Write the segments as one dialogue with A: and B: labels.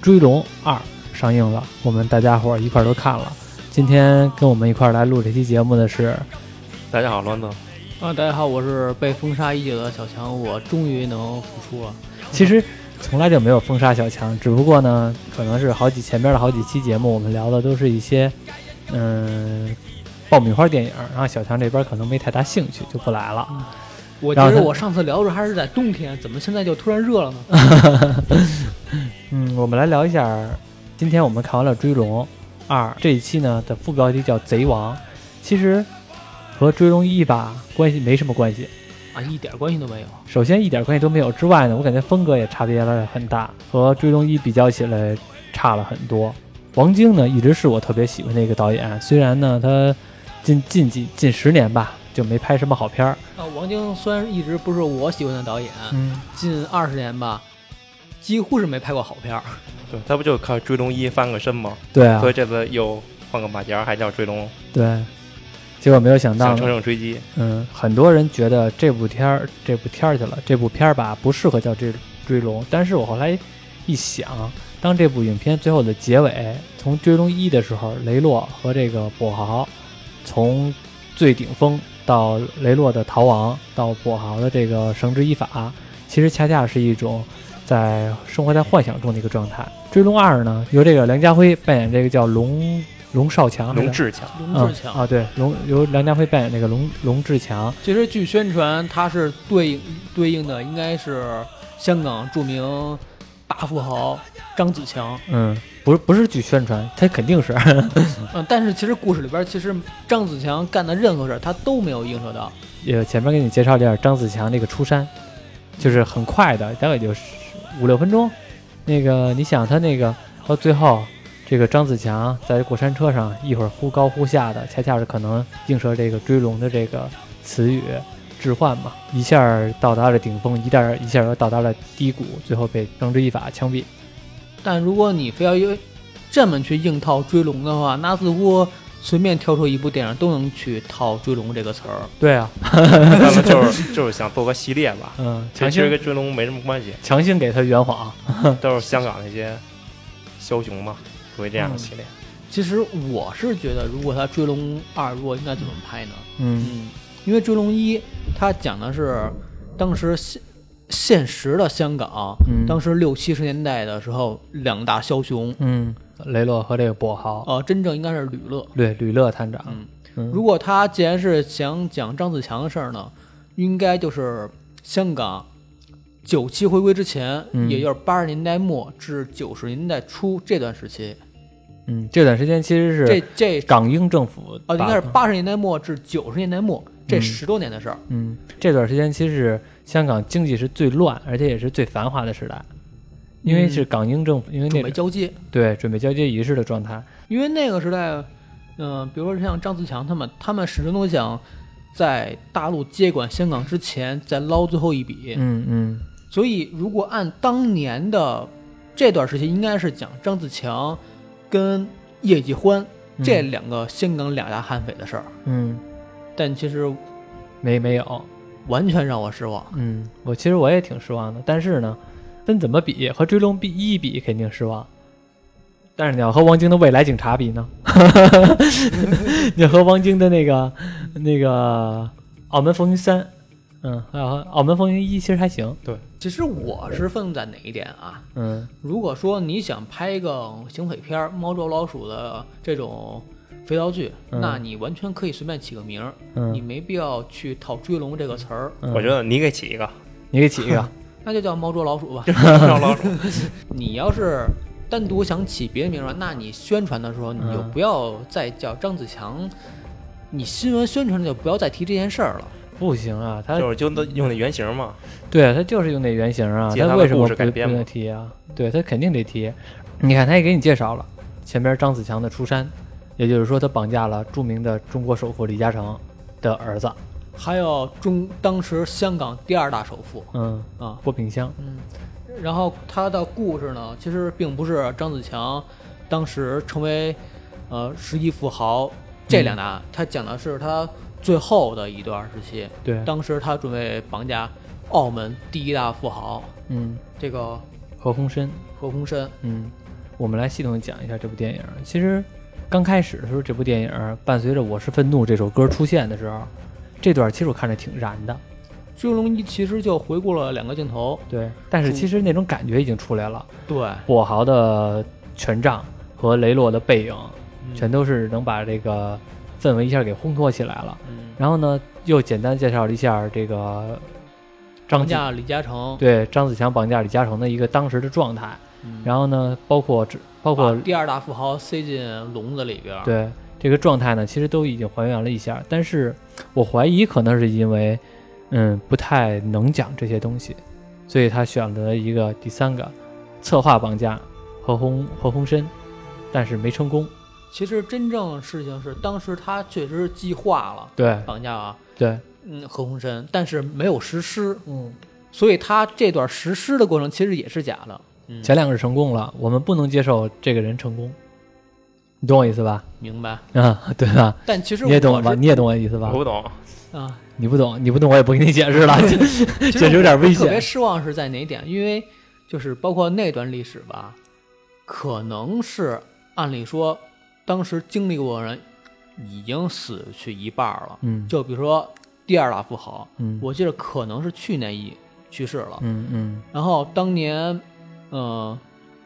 A: 《追龙二》上映了，我们大家伙儿一块儿都看了。今天跟我们一块儿来录这期节目的是，
B: 大家好，栾子。
C: 啊，大家好，我是被封杀已久的小强，我终于能复出了。
A: 其实从来就没有封杀小强，只不过呢，可能是好几前边的好几期节目，我们聊的都是一些嗯、爆米花电影，然后小强这边可能没太大兴趣，就不来了。
C: 我
A: 然
C: 觉
A: 后
C: 得
A: 他
C: 我上次聊着还是在冬天，怎么现在就突然热了呢？
A: 嗯，我们来聊一下儿，今天我们看完了《追龙二》这一期呢的副标题叫《贼王》，其实和《追龙一》吧关系没什么关系，
C: 啊，一点关系都没有。
A: 首先一点关系都没有之外呢，我感觉风格也差别了很大，和《追龙一》比较起来差了很多。王晶呢，一直是我特别喜欢的一个导演，虽然呢他近近几近十年吧就没拍什么好片儿，
C: 啊，王晶虽然一直不是我喜欢的导演，
A: 嗯，
C: 近二十年吧，几乎是没拍过好片儿。
B: 对他不就靠追龙一翻个身吗？
A: 对啊
B: 所，以这次又换个马甲，还叫追龙，
A: 对。结果没有想到
B: 想
A: 呢
B: 乘，胜追击。
A: 嗯，很多人觉得这部片儿这部片儿去了，这部片儿吧不适合叫追追龙。但是我后来一想，当这部影片最后的结尾，从追龙一的时候，雷洛和这个跛豪从最顶峰到雷洛的逃亡，到跛豪的这个绳之以法，其实恰恰是一种在生活在幻想中的一个状态。追龙二呢，由这个梁家辉扮演这个叫龙龙少强，
B: 龙志强，
C: 龙志
A: 啊
C: 强，
A: 啊，对，龙由梁家辉扮演这个龙龙志强。
C: 其实据宣传，他是对应对应的应该是香港著名大富豪张子强。
A: 嗯，不是不是去宣传，他肯定是
C: 嗯，但是其实故事里边，其实张子强干的任何事儿，他都没有映射到。
A: 也前面给你介绍了点张子强这个出山，就是很快的，大概也就是五六分钟。那个你想他那个到最后，这个张子强在过山车上一会儿忽高忽下的，恰恰是可能映射这个追龙的这个词语置换嘛，一下儿到达了顶峰，一下儿一下儿又到达了低谷，最后被绳之以法枪毙。
C: 但如果你非要用这么去硬套追龙的话，那似乎随便挑出一部电影都能去套追龙这个词儿。
A: 对啊，
B: 他们就是 就是想做个系列吧。
A: 嗯，
B: 其
A: 强
B: 实
A: 行嗯
B: 跟追龙没什么关系，
A: 强行给他圆谎，
B: 都是香港那些枭雄嘛，属于这样的系列。
C: 其实我是觉得，如果他追龙二弱，应该怎么拍呢？
A: 嗯
C: 嗯，因为追龙一它讲的是当时现现实的香港，
A: 嗯，
C: 当时六七十年代的时候，两大枭雄，
A: 嗯，雷洛和这个跛豪，
C: 呃，真正应该是吕乐。
A: 对，吕乐探长，
C: 嗯，
A: 嗯
C: 如果他既然是想讲张子强的事儿呢，应该就是香港九七回归之前，
A: 嗯
C: 也就是八十年代末至九十年代初这段时期。
A: 嗯，这段时间其实
C: 这
A: 是
C: 这
A: 港英政府
C: 哦，应该是
A: 把
C: 八十年代末至九十年代末这
A: 嗯
C: 十多年的事儿。
A: 嗯，这段时间其实是香港经济是最乱，而且也是最繁华的时代，因为是港英政府，因为那
C: 嗯准
A: 个
C: 备交接，
A: 对准备交接仪式的状态，
C: 因为那个时代，嗯、比如说像张自强他们，他们始终都想在大陆接管香港之前再捞最后一笔。
A: 嗯嗯
C: 所以，如果按当年的这段时期，应该是讲张自强跟叶继欢
A: 嗯
C: 这两个香港两大悍匪的事儿，
A: 嗯
C: 但其实
A: 没没有，
C: 完全让我失望。
A: 嗯，我其实我也挺失望的，但是呢，跟怎么比和追龙比一比肯定失望，但是你要和王晶的未来警察比呢，你和王晶的那个那个呃澳门风云三，嗯，还有和澳门风云一其实还行，
C: 其实我是愤怒在哪一点啊？
A: 嗯
C: 如果说你想拍一个警匪片儿，猫捉老鼠的这种肥皂剧，
A: 嗯
C: 那你完全可以随便起个名儿，你
A: 嗯，
C: 没必要去套“追龙”这个词儿，
A: 嗯
B: 我觉得你给起一个，
A: 你给起一个，
C: 那就叫猫捉老鼠吧。
A: 嗯
B: 让老 鼠。
C: 你要是单独想起别的名儿的话，那你宣传的时候你就
A: 嗯
C: 不要再叫张子强，你新闻宣传就不要再提这件事儿了。
A: 不行啊， 他
B: 就是就用那原型嘛，
A: 对啊他就是用那原型啊，
B: 借他
A: 他
B: 的
A: 为什么
B: 故
A: 不
B: 事
A: 不
B: 改编嘛
A: 能提啊？对他肯定得提。你看，他也给你介绍了前边张子强的出山，也就是说他绑架了著名的中国首富李嘉诚的儿子，
C: 还有中当时香港第二大首富
A: 嗯，
C: 啊，
A: 郭炳湘，
C: 嗯，然后他的故事呢，其实并不是张子强当时成为呃十亿富豪这两
A: 嗯
C: 大，他讲的是他最后的一段时期，
A: 对，
C: 当时他准备绑架澳门第一大富豪
A: 嗯，
C: 这个
A: 何鸿燊，
C: 何鸿燊。
A: 嗯，我们来系统讲一下这部电影。其实刚开始的时候，这部电影伴随着《我是愤怒》这首歌出现的时候，这段其实我看着挺燃的，
C: 《追龙一》其实就回顾了两个镜头，
A: 对。但是
C: 嗯
A: 其实那种感觉已经出来了，
C: 对，
A: 跛豪的权杖和雷洛的背影，
C: 嗯
A: 全都是能把这个氛围一下给烘托起来了。
C: 嗯，
A: 然后呢，又简单介绍了一下这个张
C: 绑
A: 继
C: 架李嘉诚，
A: 对张子强绑架李嘉诚的一个当时的状态。
C: 嗯，
A: 然后呢，包括这包括、
C: 把第二大富豪塞进笼子里边儿，
A: 对这个状态呢，其实都已经还原了一下。但是我怀疑可能是因为，嗯，不太能讲这些东西，所以他选择一个第三个策划绑架何鸿何鸿燊，但是没成功。
C: 其实真正事情是，当时他确实是计划了
A: 对
C: 绑架啊，
A: 对，
C: 嗯，何鸿燊，但是没有实施，
A: 嗯，
C: 所以他这段实施的过程其实也是假的。嗯，
A: 前两个是成功了，我们不能接受这个人成功，你懂我意思吧？
C: 明白。
A: 啊，对吧？
C: 但其实
A: 你也懂
C: 我
A: 了吧？
C: 是
A: 你也懂我意思吧
B: 我？不懂，
C: 啊，
A: 你不懂，你不懂，我也不给你解释了。
C: 其实
A: 确实有点危
C: 我特别
A: 险。
C: 失望是在哪一点？因为就是包括那段历史吧，可能是按理说当时经历过的人已经死去一半儿了。
A: 嗯
C: 就比如说第二大富豪，
A: 嗯
C: 我记得可能是去年一去世了。
A: 嗯嗯
C: 然后当年，呃，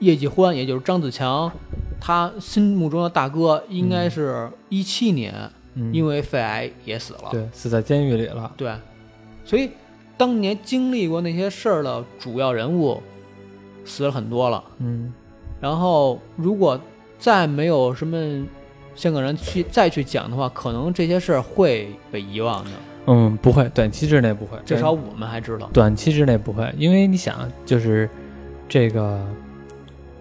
C: 叶继欢，也就是张子强，他心目中的大哥应该是一七年，
A: 嗯，
C: 因
A: 为
C: 为肺癌也死了。
A: 对死在监狱里了。
C: 对，啊所以当年经历过那些事儿的主要人物死了很多了。
A: 嗯
C: 然后如果再没有什么香港人去再去讲的话，可能这些事儿会被遗忘的。
A: 嗯，不会，短期之内不会，
C: 至少我们还知道。
A: 短期之内不会，因为你想，就是这个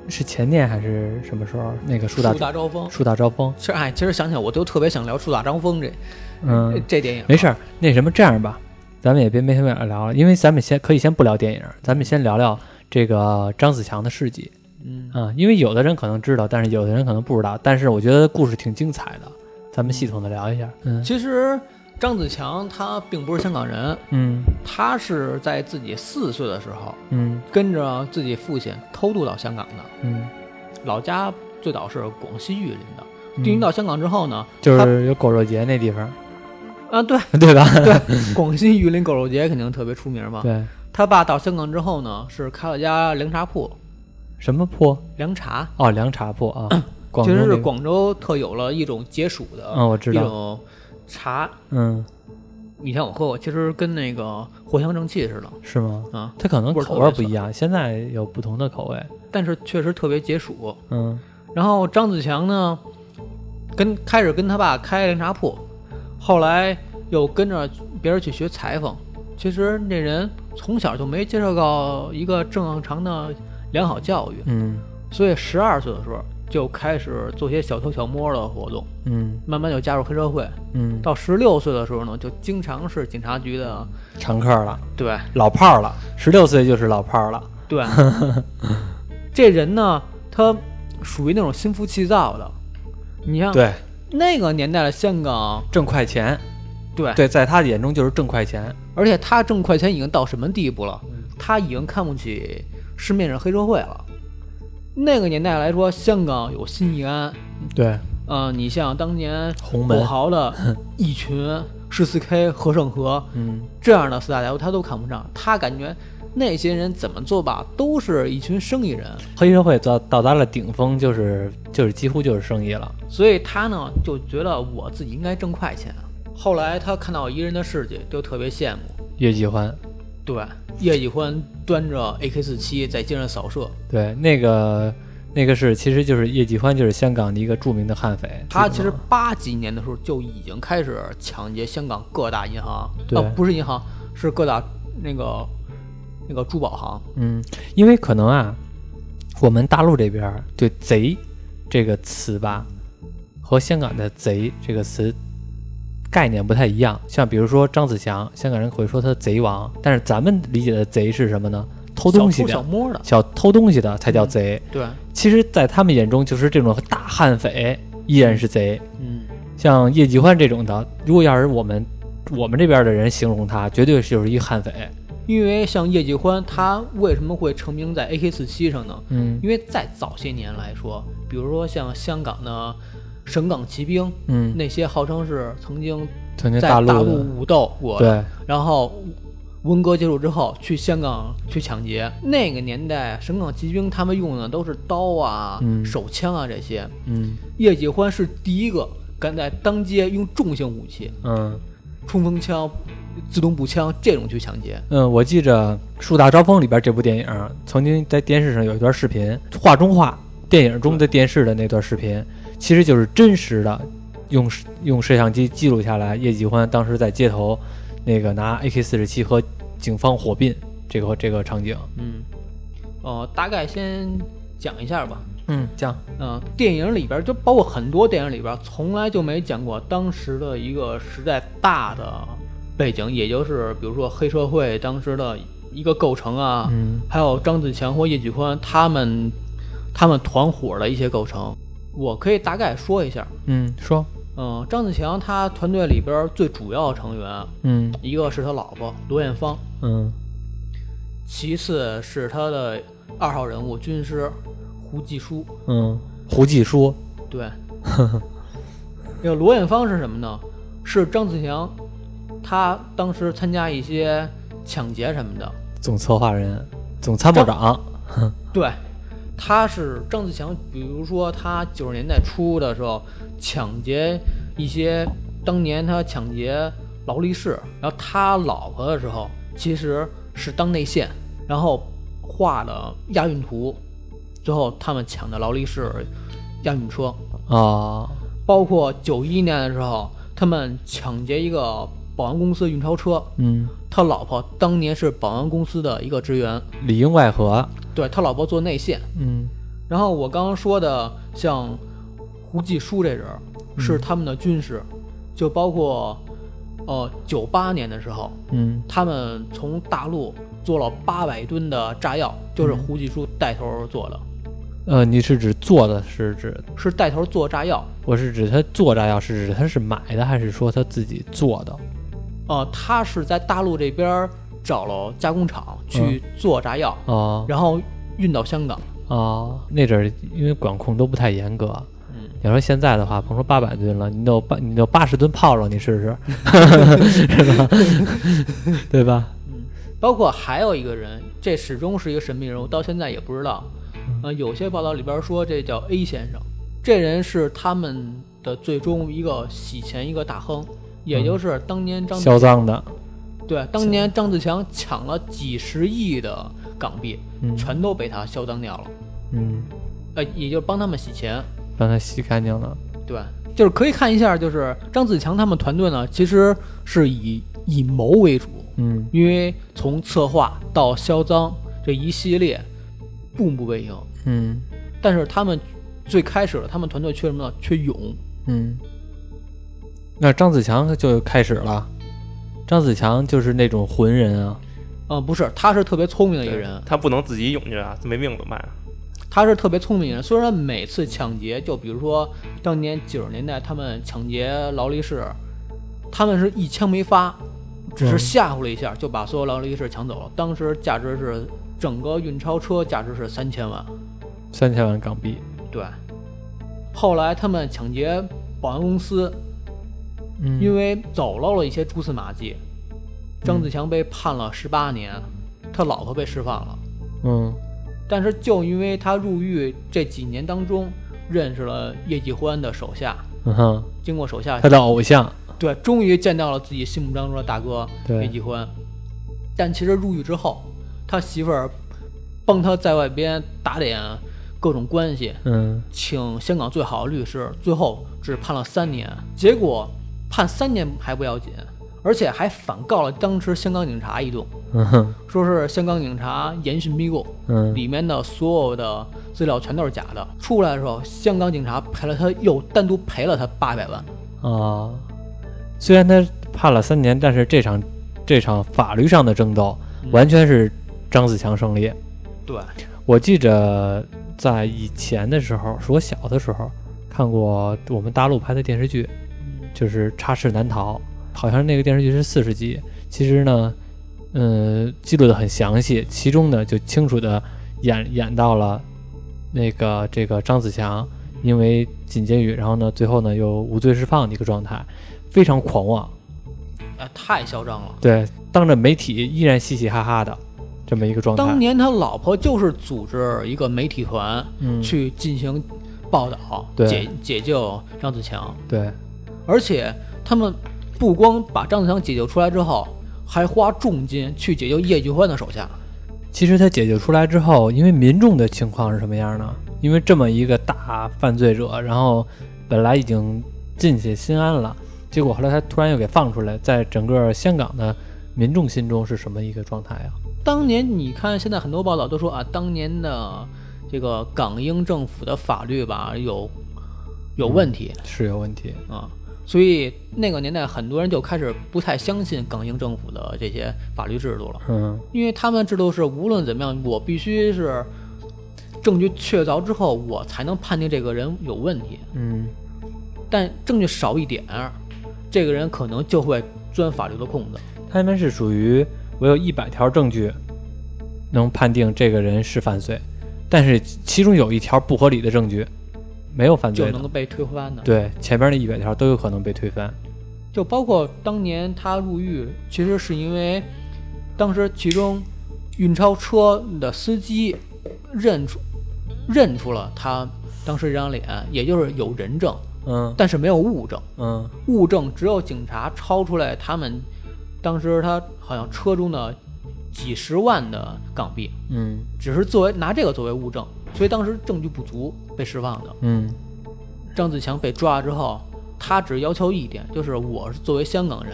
A: 是前年还是什么时候？那个树大
C: 树大招风。
A: 树大招风，
C: 其实，哎，其实想想，我都特别想聊《树大招风》这、
A: 嗯，
C: 这电影。
A: 没事儿，那什么这样吧，咱们也别没什么要聊了，因为咱们先可以先不聊电影，咱们先聊聊这个张子强的事迹
C: 嗯，
A: 啊、因为有的人可能知道，但是有的人可能不知道，但是我觉得故事挺精彩的，咱们系统的聊一下。嗯
C: 其实张子强他并不是香港人，
A: 嗯
C: 他是在自己四岁的时候
A: 嗯
C: 跟着自己父亲偷渡到香港的。
A: 嗯，
C: 老家最早是广西玉林的，
A: 嗯
C: 定居到香港之后呢，
A: 就是有狗肉节那地方，
C: 啊对
A: 对吧？
C: 对，广西玉林狗肉节肯定特别出名嘛。
A: 对，
C: 他爸到香港之后呢，是开了家凉茶铺，
A: 什么坡？
C: 凉茶
A: 哦，凉茶铺啊，广
C: 嗯其
A: 东
C: 实
A: 那
C: 是
A: 个
C: 广州特有了一种解暑的，
A: 嗯我知道
C: 一种茶。
A: 嗯，
C: 以前我喝过，其实跟那个藿香正气似的
A: 是吗？
C: 啊，
A: 它可能
C: 味儿
A: 口
C: 特
A: 味儿
C: 别
A: 不一样，现在有不同的口味。
C: 但是确实特别解暑。
A: 嗯
C: 然后张子强呢，跟开始跟他爸开凉茶铺，后来又跟着别人去学裁缝。其实这人从小就没接受到一个正常的良好教育，
A: 嗯
C: 所以十二岁的时候就开始做些小偷小摸的活动，
A: 嗯
C: 慢慢就加入黑社会。
A: 嗯，
C: 到十六岁的时候呢，就经常是警察局的，
A: 常客了。
C: 对
A: 老炮儿了，十六岁就是老炮儿了。
C: 对。 这人呢，他属于那种心浮气躁的。你像
A: 对，
C: 那个年代的香港，
A: 挣快钱，
C: 对，
A: 对，在他眼中就是挣快钱。
C: 而且他挣快钱已经到什么地步了？他已经看不起市面上黑社会了。那个年代来说，香港有新义安，
A: 对，
C: 呃，你像当年
A: 红
C: 土
A: 门，
C: 豪的一群十四 K、和盛和
A: 嗯，
C: 这样的四大家族，他都看不上。他感觉那些人怎么做吧，都是一群生意人，
A: 黑社会到到达了顶峰，就是就是几乎就是生意了。
C: 所以他呢就觉得我自己应该挣快钱。后来他看到一个人的事迹，就特别羡慕。
A: 越喜欢，
C: 对，叶继欢端着 AK 四七在街上扫射，
A: 对，那个那个是，其实就是叶继欢，就是香港的一个著名的悍匪。
C: 他
A: 基
C: 其
A: 本
C: 实
A: 上
C: 八几年的时候就已经开始抢劫香港各大银行，
A: 对
C: 啊，不是银行，是各大那个那个珠宝行。
A: 嗯，因为可能啊，我们大陆这边儿对“贼”这个词吧，和香港的“贼”这个词概念不太一样。像比如说张子强，香港人会说他“贼王”，但是咱们理解的“贼”是什么呢？偷东西
C: 小偷
A: 的
C: 小，摸嗯的，
A: 小偷东西的才叫贼。
C: 对，
A: 其实，在他们眼中，就是这种大悍匪依然是贼。
C: 嗯，
A: 像叶继欢这种的，如果要是我们我们这边的人形容他，绝对是就是一悍匪。
C: 因为像叶继欢，他为什么会成名在 AK 四七上呢？
A: 嗯
C: 因为在早些年来说，比如说像香港的神港骑兵，
A: 嗯，
C: 那些号称是曾经
A: 曾经
C: 在
A: 大
C: 大陆
A: 的
C: 武斗过的，
A: 对，
C: 然后文革结束之后去香港去抢劫。那个年代，神港骑兵他们用的都是刀啊、
A: 嗯
C: 手枪啊这些。
A: 嗯
C: 叶继欢是第一个敢在当街用重型武器，
A: 嗯
C: 冲锋枪、自动步枪这种去抢劫。
A: 嗯，我记着《树大招风》里边这部电影，曾经在电视上有一段视频，画中画，电影中的电视的那段视频，其实就是真实的，用摄用摄像机记录下来叶继欢当时在街头那个拿 AK 四十七和警方火并这个这个场景。
C: 嗯，呃，大概先讲一下吧。
A: 嗯，讲，
C: 嗯、电影里边儿就包括很多电影里边儿，从来就没讲过当时的一个时代大的背景，也就是比如说黑社会当时的一个构成啊，
A: 嗯
C: 还有张子强或叶举欢他们他们团伙的一些构成。我可以大概说一下，
A: 嗯，说，
C: 嗯、张子强他团队里边儿最主要成员，
A: 嗯
C: 一个是他老婆罗艳芳，
A: 嗯
C: 其次是他的二号人物军师胡继书，
A: 嗯，胡继书，
C: 对，那个罗艳芳是什么呢？是张子强，他当时参加一些抢劫什么的。
A: 总策划人，总参谋长。
C: 对，他是张子强，比如说他九十年代初的时候抢劫一些，当年他抢劫劳力士，然后他老婆的时候其实是当内线，然后画了押运图，最后他们抢的劳力士押运车。
A: 啊，
C: 包括九一年的时候，他们抢劫一个保安公司运钞车，
A: 嗯，
C: 他老婆当年是保安公司的一个职员，
A: 里应外合，
C: 对他老婆做内线。
A: 嗯
C: 然后我刚刚说的像胡继书这人儿是他们的军师，就包括呃九八年的时候，
A: 嗯
C: 他们从大陆做了八百吨的炸药，就是胡继书带头做的，
A: 呃，你是指做的是指，
C: 是带头做炸药。
A: 我是指他做炸药是指他是买的还是说他自己做的？
C: 呃，他是在大陆这边儿找了加工厂去做炸药，
A: 啊
C: 然后运到香港。
A: 啊，那阵儿因为管控都不太严格。
C: 嗯，
A: 你要说现在的话，甭说八百吨了，你有八，你有八十吨炮了，你试试，是 吧？ 对吧？
C: 包括还有一个人，这始终是一个神秘人物，到现在也不知道。
A: 嗯
C: 呃，有些报道里边说这叫 A 先生，这人是他们的最终一个洗钱一个大亨，也就是当年
A: 嗯
C: 张、
A: 销赃的，
C: 对当年张自强抢了几十亿的港币，
A: 嗯
C: 全都被他销赃掉了，
A: 嗯，
C: 呃，也就是帮他们洗钱。
A: 让他洗干净了。
C: 对，就是可以看一下，就是张子强他们团队呢，其实是以以谋为主，
A: 嗯
C: 因为从策划到销赃这一系列步步为营。
A: 嗯
C: 但是他们最开始的他们团队缺什么呢？缺勇。
A: 嗯，那张子强就开始了。张子强就是那种浑人啊，
C: 呃，不是，他是特别聪明的一个
B: 对
C: 人，
B: 他不能自己涌进来，没命怎么办啊？
C: 他是特别聪明的人。虽然每次抢劫，就比如说当年九十年代他们抢劫劳力士，他们是一枪没发，只是
A: 嗯
C: 吓唬了一下，就把所有劳力士抢走了。当时价值是整个运钞车价值是三千万，
A: 嗯三千万港币。
C: 对。后来他们抢劫保安公司，
A: 嗯，
C: 因为走漏了一些蛛丝马迹，张子强被判了十八年，他老婆被释放了。
A: 嗯
C: 但是就因为他入狱这几年当中认识了叶继欢的手下，
A: 嗯哼，
C: 经过手下
A: 他的偶像，
C: 对，终于见到了自己心目当中的大哥
A: 对
C: 叶继欢。但其实入狱之后，他媳妇儿帮他在外边打点各种关系，
A: 嗯
C: 请香港最好的律师，最后只判了三年，结果判三年还不要紧，而且还反告了当时香港警察一顿，
A: 嗯哼
C: 说是香港警察严刑逼供，
A: 嗯
C: 里面的所有的资料全都是假的。出来的时候，香港警察赔了他，又单独赔了他八百万。
A: 啊，虽然他判了三年，但是这场这场法律上的争斗
C: 嗯
A: 完全是张子强胜利。
C: 对，
A: 我记着在以前的时候，是我小的时候看过我们大陆拍的电视剧，
C: 嗯
A: 就是《插翅难逃》，好像那个电视剧是四十集。其实呢，呃，记录的很详细，其中呢就清楚的演演到了那个这个张子强因为进监狱，然后呢最后呢又无罪释放的一个状态，非常狂妄，
C: 啊，太嚣张了。
A: 对，当着媒体依然嘻嘻哈哈的这么一个状态。
C: 当年他老婆就是组织一个媒体团
A: 嗯，
C: 去进行报道，
A: 对
C: 解解救张子强，
A: 对
C: 而且他们不光把张子强解救出来之后，还花重金去解救叶菊欢的手下。
A: 其实他解救出来之后，因为民众的情况是什么样呢？因为这么一个大犯罪者，然后本来已经进去心安了，结果后来他突然又给放出来，在整个香港的民众心中是什么一个状态啊？
C: 当年你看，现在很多报道都说啊，当年的这个港英政府的法律吧有有问题
A: 是有问题，
C: 啊，所以那个年代很多人就开始不太相信港英政府的这些法律制度了，
A: 嗯，
C: 因为他们制度是无论怎么样，我必须是证据确凿之后，我才能判定这个人有问题，
A: 嗯，
C: 但证据少一点儿，这个人可能就会钻法律的空子。
A: 他那边是属于我有一百条证据能判定这个人是犯罪，但是其中有一条不合理的证据没有犯
C: 就
A: 罪
C: 能
A: 的，
C: 够被推翻的，
A: 对，前面那一百条都有可能被推翻。
C: 就包括当年他入狱，其实是因为当时其中运钞车的司机认出认出了他当时这张脸，也就是有人证，
A: 嗯
C: 但是没有物证，
A: 嗯
C: 物证只有警察抄出来他们当时他好像车中的几十万的港币，
A: 嗯
C: 只是作为拿这个作为物证，所以当时证据不足被释放的。
A: 嗯
C: 张子强被抓之后，他只要求一点，就是我是作为香港人，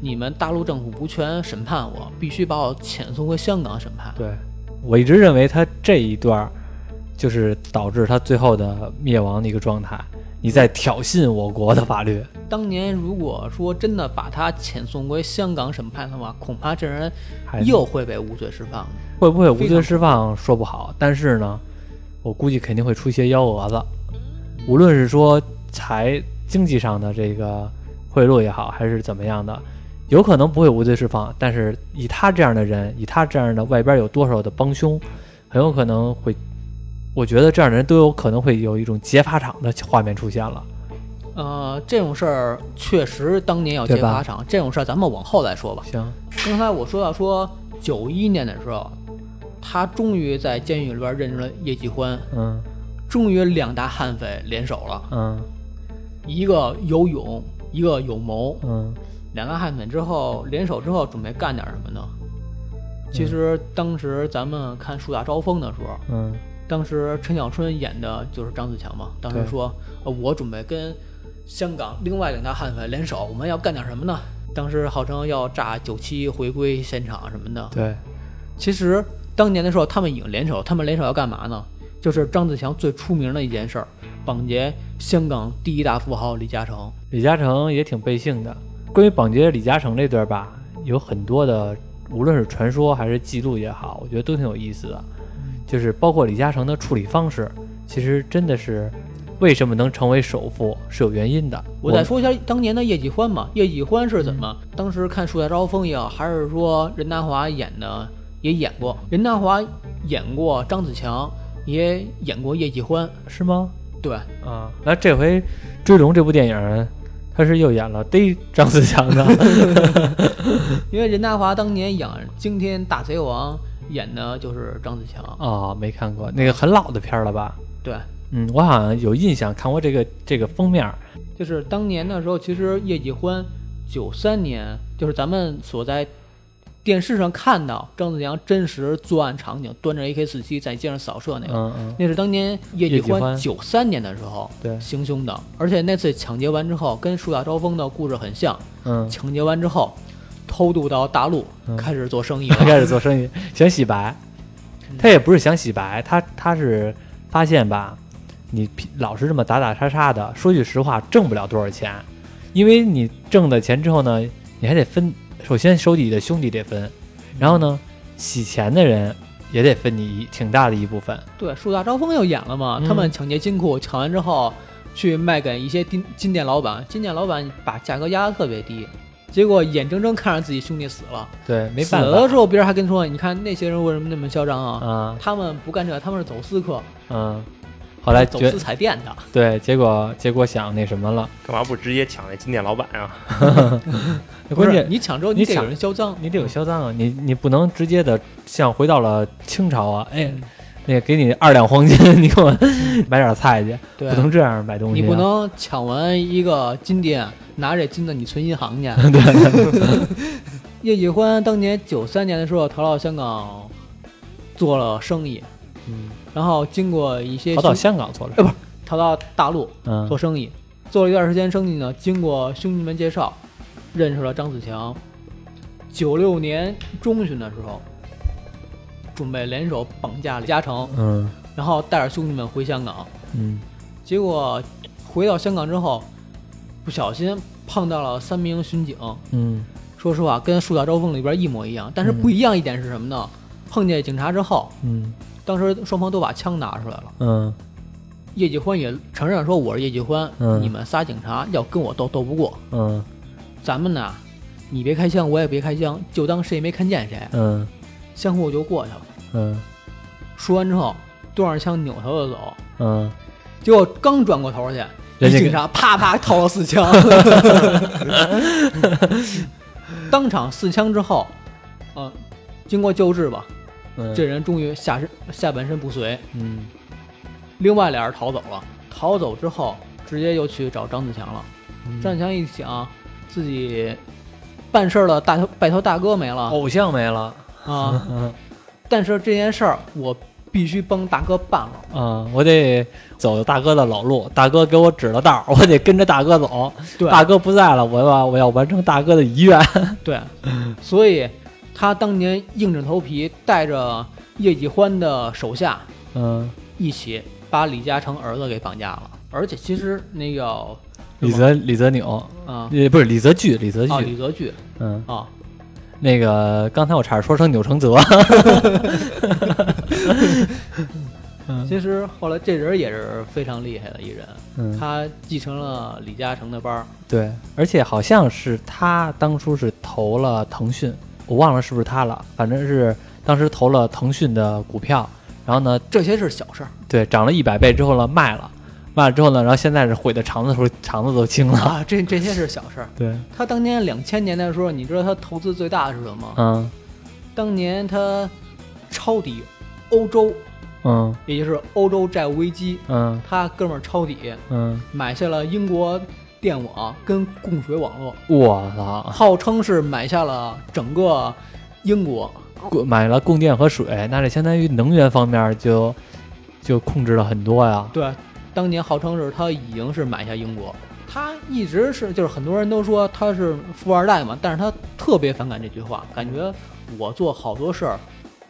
C: 你们大陆政府无权审判我，必须把我遣送回香港审判。
A: 对，我一直认为他这一段儿就是导致他最后的灭亡的一个状态。你在挑衅我国的法律，
C: 当年如果说真的把他遣送回香港审判的话，恐怕这人
A: 还
C: 又会被无罪释放的。
A: 会不会无罪释放说不好，但是呢，我估计肯定会出一些幺蛾子，无论是说财经济上的这个贿赂也好，还是怎么样的，有可能不会无罪释放，但是以他这样的人，以他这样的外边有多少的帮凶，很有可能会，我觉得这样的人都有可能会有一种劫法场的画面出现了。
C: 呃，这种事儿确实当年要劫
A: 对吧
C: 法场，这种事儿咱们往后再说吧。
A: 行，
C: 刚才我说到说九一年的时候，他终于在监狱里边认识了叶继欢，
A: 嗯
C: 终于两大悍匪联手了。
A: 嗯
C: 一个有勇，一个有谋，
A: 嗯
C: 两个悍匪之后联手之后，准备干点什么呢？其实当时咱们看《树大招风》的时候，
A: 嗯
C: 当时陈小春演的就是张子强嘛。当时
A: 对
C: 说，呃我准备跟香港另外两大悍匪联手，我们要干点什么呢？当时号称要炸九七回归现场什么的。
A: 对，
C: 其实当年的时候，他们已经联手，他们联手要干嘛呢？就是张子强最出名的一件事儿，绑劫香港第一大富豪李嘉诚。
A: 李嘉诚也挺背信的。关于绑劫李嘉诚这段吧，有很多的，无论是传说还是记录也好，我觉得都挺有意思的。就是包括李嘉诚的处理方式，其实真的是为什么能成为首富是有原因的。
C: 我再说一下当年的叶继欢吧。叶继欢是怎么？当时看《树大招风》也好，还是说任达华演的也演过，任达华演过张子强，也演过叶继欢。
A: 是吗？
C: 对，
A: 啊，那这回《追龙》这部电影，他是又演了逮张子强 的。
C: 因为任达华当年演《惊天大贼王》演的就是张子强。
A: 哦，没看过那个很老的片儿了吧？
C: 对，
A: 嗯，我好像有印象看过这个这个封面儿。
C: 就是当年的时候，其实叶继欢九三年，就是咱们所在电视上看到张子强真实作案场景，端着 AK 四七在街上扫射那个。
A: 嗯嗯，
C: 那是当年叶继
A: 叶继
C: 欢
A: 欢
C: 九三年的时候
A: 对，
C: 行凶的，而且那次抢劫完之后，跟树大招风的故事很像。
A: 嗯，
C: 抢劫完之后，偷渡到大陆，
A: 嗯
C: 开始做生意
A: 他
C: 了。
A: 开始做生 意，想洗白。
C: 嗯
A: 他也不是想洗白，他他是发现吧，你屁老是这么打打杀杀的，说句实话，挣不了多少钱，因为你挣的钱之后呢，你还得分，首先手底的兄弟得分，
C: 嗯
A: 然后呢，洗钱的人也得分你一挺大的一部分。
C: 对，树大招风又演了嘛，
A: 嗯
C: 他们抢劫金库，抢完之后去卖给一些金金店老板，金店老板把价格压得特别低，结果眼睁睁看着自己兄弟死了，
A: 对，没
C: 死
A: 办
C: 了
A: 法
C: 之后别人还跟你说，你看那些人为什么那么嚣张啊？
A: 啊，
C: 他们不干这，他们是走私客，
A: 嗯，后来
C: 走
A: 觉
C: 私彩电的。
A: 对，结果结果想那什么了，
B: 干嘛不直接抢那金店老板 啊？
A: 那
C: 不
A: 关
C: 是
A: 键
C: 你抢之后，
A: 你
C: 得有
A: 抢
C: 人销赃，嗯
A: 你得有销赃啊，你你不能直接的像回到了清朝啊，哎
C: 嗯，
A: 那个给你二两黄金， 你给我买点菜去，
C: 对
A: 不能这样买东西、啊，
C: 你不能抢完一个金店，拿着金子你存银行去。 叶继欢当年九三年的时候逃到香港做了生意，
A: 嗯
C: 然后经过一些
A: 逃到
C: 兄
A: 香港做了
C: 哎，不是逃到大陆
A: 嗯
C: 做生意，做了一段时间生意呢，经过兄弟们介绍，认识了张子强。九六年中旬的时候，准备联手绑架李嘉诚，
A: 嗯
C: 然后带着兄弟们回香港。
A: 嗯
C: 结果回到香港之后，不小心碰到了三名巡警。
A: 嗯
C: 说实话，跟《树大招风》里边一模一样，但是
A: 嗯
C: 不一样一点是什么呢？碰见警察之后，
A: 嗯
C: 当时双方都把枪拿出来了。
A: 嗯
C: 叶继欢也承认说：“我是叶继欢，
A: 嗯
C: 你们仨警察要跟我斗斗不过，
A: 嗯
C: 咱们呢，你别开枪，我也别开枪，就当谁也没看见谁，
A: 嗯
C: 相互就过去了。
A: 嗯”
C: 说完之后，端着枪扭头就走，
A: 嗯，
C: 结果刚转过头去，
A: 人
C: 一
A: 家
C: 警察啪啪掏了四 枪，当场四枪之后，嗯、经过救治吧，
A: 嗯
C: 这人终于下身下半身不遂，
A: 嗯
C: 另外俩人逃走了。逃走之后，直接又去找张子强了。
A: 嗯
C: 张子强一想，啊自己办事儿的大头拜头大哥没了
A: 偶像没了，
C: 啊，
A: 嗯
C: 但是这件事儿我必须帮大哥 办了。
A: 嗯，我得走大哥的老路，大哥给我指了道儿， 我得跟着大哥走。
C: 对
A: 大哥不在了，我要我要完成大哥的遗愿。
C: 对，所以他当年硬着头皮带着叶继欢的手下
A: 嗯，
C: 一起把李嘉诚儿子给绑架了。而且其实那个
A: 李泽李泽钮，
C: 啊
A: 呃也不是李泽钜，李泽
C: 啊
A: 钜，
C: 李泽钜
A: 嗯，
C: 啊，
A: 那个刚才我差点说成钮承泽。
C: 其实后来这人也是非常厉害的一人，
A: 嗯，
C: 他继承了李嘉诚的班儿，
A: 对，而且好像是他当初是投了腾讯，我忘了是不是他了，反正是当时投了腾讯的股票，然后呢，
C: 这些是小事儿
A: 对，涨了一百倍之后呢卖了，卖了之后呢，然后现在是悔的肠子都肠子都青了。
C: 啊，这这些是小事儿。
A: 对，
C: 他当年两千年的时候，你知道他投资最大的是什么吗？
A: 嗯
C: 当年他抄底欧洲，
A: 嗯
C: 也就是欧洲债务危机，
A: 嗯
C: 他哥们儿抄底
A: 嗯，
C: 买下了英国电网跟供水网络，
A: 我操，
C: 号称是买下了整个英国。
A: 供买了供电和水，那这相当于能源方面就就控制了很多呀。
C: 对，当年号称是他已经是买下英国，他一直是就是很多人都说他是富二代嘛，但是他特别反感这句话，感觉我做好多事儿，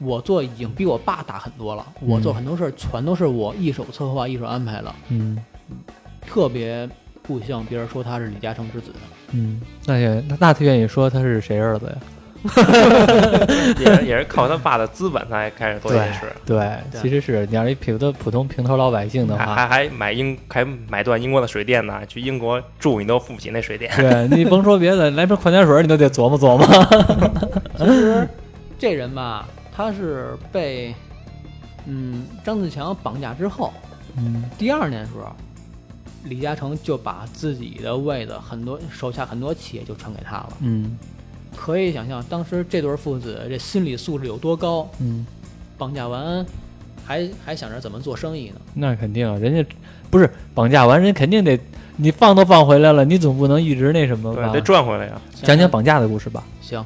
C: 我做已经比我爸大很多了，我做
A: 嗯
C: 很多事儿全都是我一手策划、一手安排的，
A: 嗯
C: 特别不希望别人说他是李嘉诚之子。
A: 嗯，那也那那他愿意说他是谁儿子呀？
B: 也是也是靠他爸的资本才开始做这件事，
A: 对，啊
C: 对
A: 其实是你要是一普通普通平头老百姓的
B: 还
A: 话，
B: 还还买英还买断英国的水电呢，去英国住你都付不起那水 电。
A: 对你甭说别的，来瓶矿泉水你都得琢磨琢磨。
C: 其实这人吧，他是被嗯张自强绑架之后，
A: 嗯
C: 第二年的时候，李嘉诚就把自己的位子很多手下很多企业就传给他了。
A: 嗯
C: 可以想象，当时这对父子这心理素质有多高，
A: 嗯，
C: 绑架完还还想着怎么做生意呢？
A: 那肯定，啊人家不是绑架完人肯定得你放都放回来了，你总不能一直那什么
B: 对，
A: 吧
B: 得？赚回来呀。
A: 讲讲绑架的故事吧。
C: 行，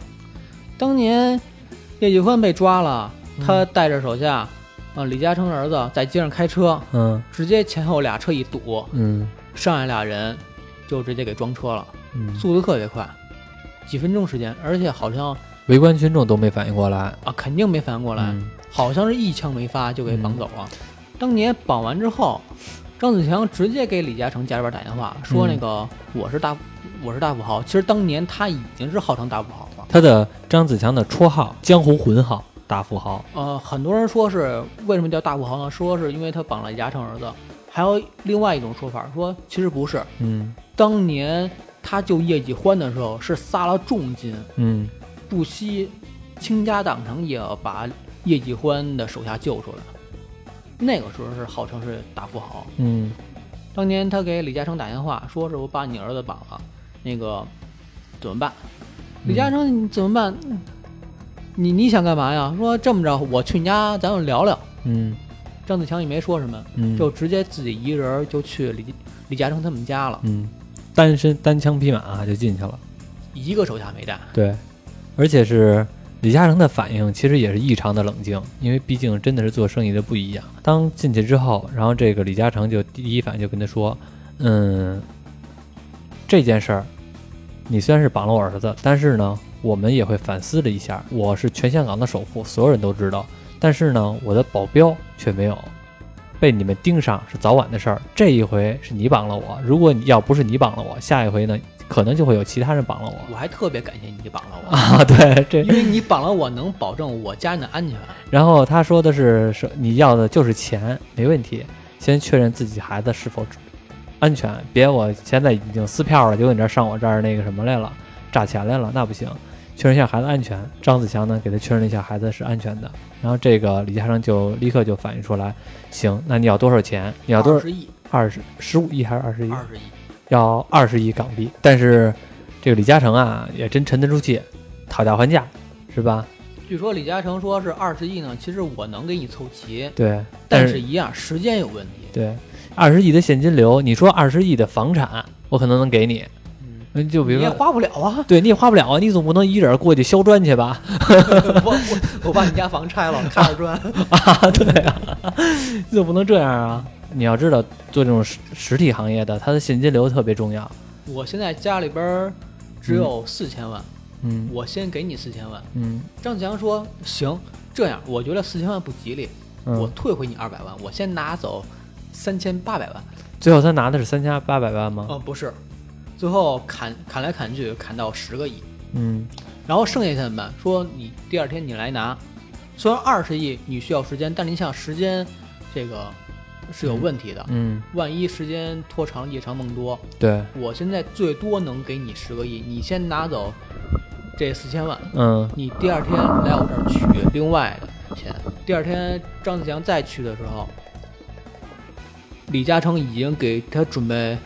C: 当年叶继欢被抓了，
A: 嗯
C: 他带着手下，呃，李嘉诚的儿子在街上开车，
A: 嗯
C: 直接前后俩车一堵，
A: 嗯
C: 上来俩人就直接给撞车了，
A: 嗯，
C: 速度特别快，几分钟时间，而且好像
A: 围观群众都没反应过来。嗯
C: 啊肯定没反应
A: 过
C: 过来，好像是一枪没发就给绑走了。当年绑完之后，张子强直接给李嘉诚家里边打电话说：“那个、我是大我是大富豪。”其实当年他已经是号称大富豪了。
A: 他的张子强的绰号“江湖混号”，大富豪。
C: 呃，很多人说是为什么叫大富豪呢？说是因为他绑了李嘉诚儿子。还有另外一种说法，说其实不是，
A: 嗯
C: 当年他救叶继欢的时候是撒了重金，
A: 嗯
C: 不惜倾家荡产也要把叶继欢的手下救出来。那个时候是号称是大富豪，
A: 嗯
C: 当年他给李嘉诚打电话说：“是我把你儿子绑了，那个怎么办？”李嘉诚你怎么办？你你想干嘛呀？说这么着，我去你家咱们聊聊。
A: 嗯
C: 张子强也没说什么，
A: 嗯，
C: 就直接自己一人儿就去李李嘉诚他们家了，
A: 嗯单身单枪匹马啊就进去了。
C: 一个手下没带。
A: 对，而且是李嘉诚的反应其实也是异常的冷静，因为毕竟真的是做生意的不一样。当进去之后，然后这个李嘉诚就第一反应就跟他说：“嗯，这件事儿，你虽然是绑了我儿子，但是呢，我们也会反思了一下。我是全香港的首富，所有人都知道，但是呢，我的保镖却没有。”被你们盯上是早晚的事儿，这一回是你绑了我。如果你要不是你绑了我，下一回呢，可能就会有其他人绑了我。
C: 我还特别感谢你绑了 我，
A: 啊，对，这
C: 因为你绑了我，能保证我家人的安全。
A: 然后他说的是说你要的就是钱，没问题，先确认自己孩子是否安全，别我现在已经撕票了，结果你这儿上我这儿那个什么来了，诈钱来了，那不行。确认一下孩子安全，张子强呢给他确认了一下孩子是安全的，然后这个李嘉诚就立刻就反映出来，行，那你要多少钱？你要多
C: 二
A: 少？
C: 十亿，
A: 二十十五亿还是二十亿？
C: 二十亿，
A: 要二十亿港币。但是这个李嘉诚啊也真沉得住气，讨价还价，是吧？
C: 据说李嘉诚说是二十亿呢，其实我能给你凑齐，
A: 对，
C: 但
A: 但
C: 是一样时间有问题。
A: 对，二十亿的现金流，你说二十亿的房产，我可能能给你，
C: 嗯，
A: 嗯就比
C: 你
A: 如
C: 也
A: 说，
C: 花不了 啊，
A: 对你也花不了啊，你总不能一人过去削砖去吧？
C: 我我我把你家房拆了，看着砖。
A: 啊，对啊，你总不能这样啊！你要知道，做这种实实体行业的，它的现金流特别重要。
C: 我现在家里边儿只有四千万，
A: 嗯
C: 我先给你四千万。
A: 嗯
C: 张子强说：“行，这样我觉得四千万不吉利，我
A: 嗯，
C: 退回你二百万，我先拿走三千八百万。
A: 最后他拿的是三千八百万吗？
C: 哦，不是，最后砍砍来砍去，砍到十个亿，
A: 嗯
C: 然后剩下怎么办？说你第二天你来拿。虽然二十亿你需要时间，但你想时间这个是有问题的，
A: 嗯，
C: 万一时间拖长夜长梦多，
A: 对，
C: 我现在最多能给你十个亿，你先拿走这四千万，
A: 嗯
C: 你第二天来我这儿取另外的钱。第二天张子强再去的时候，李嘉诚已经给他准备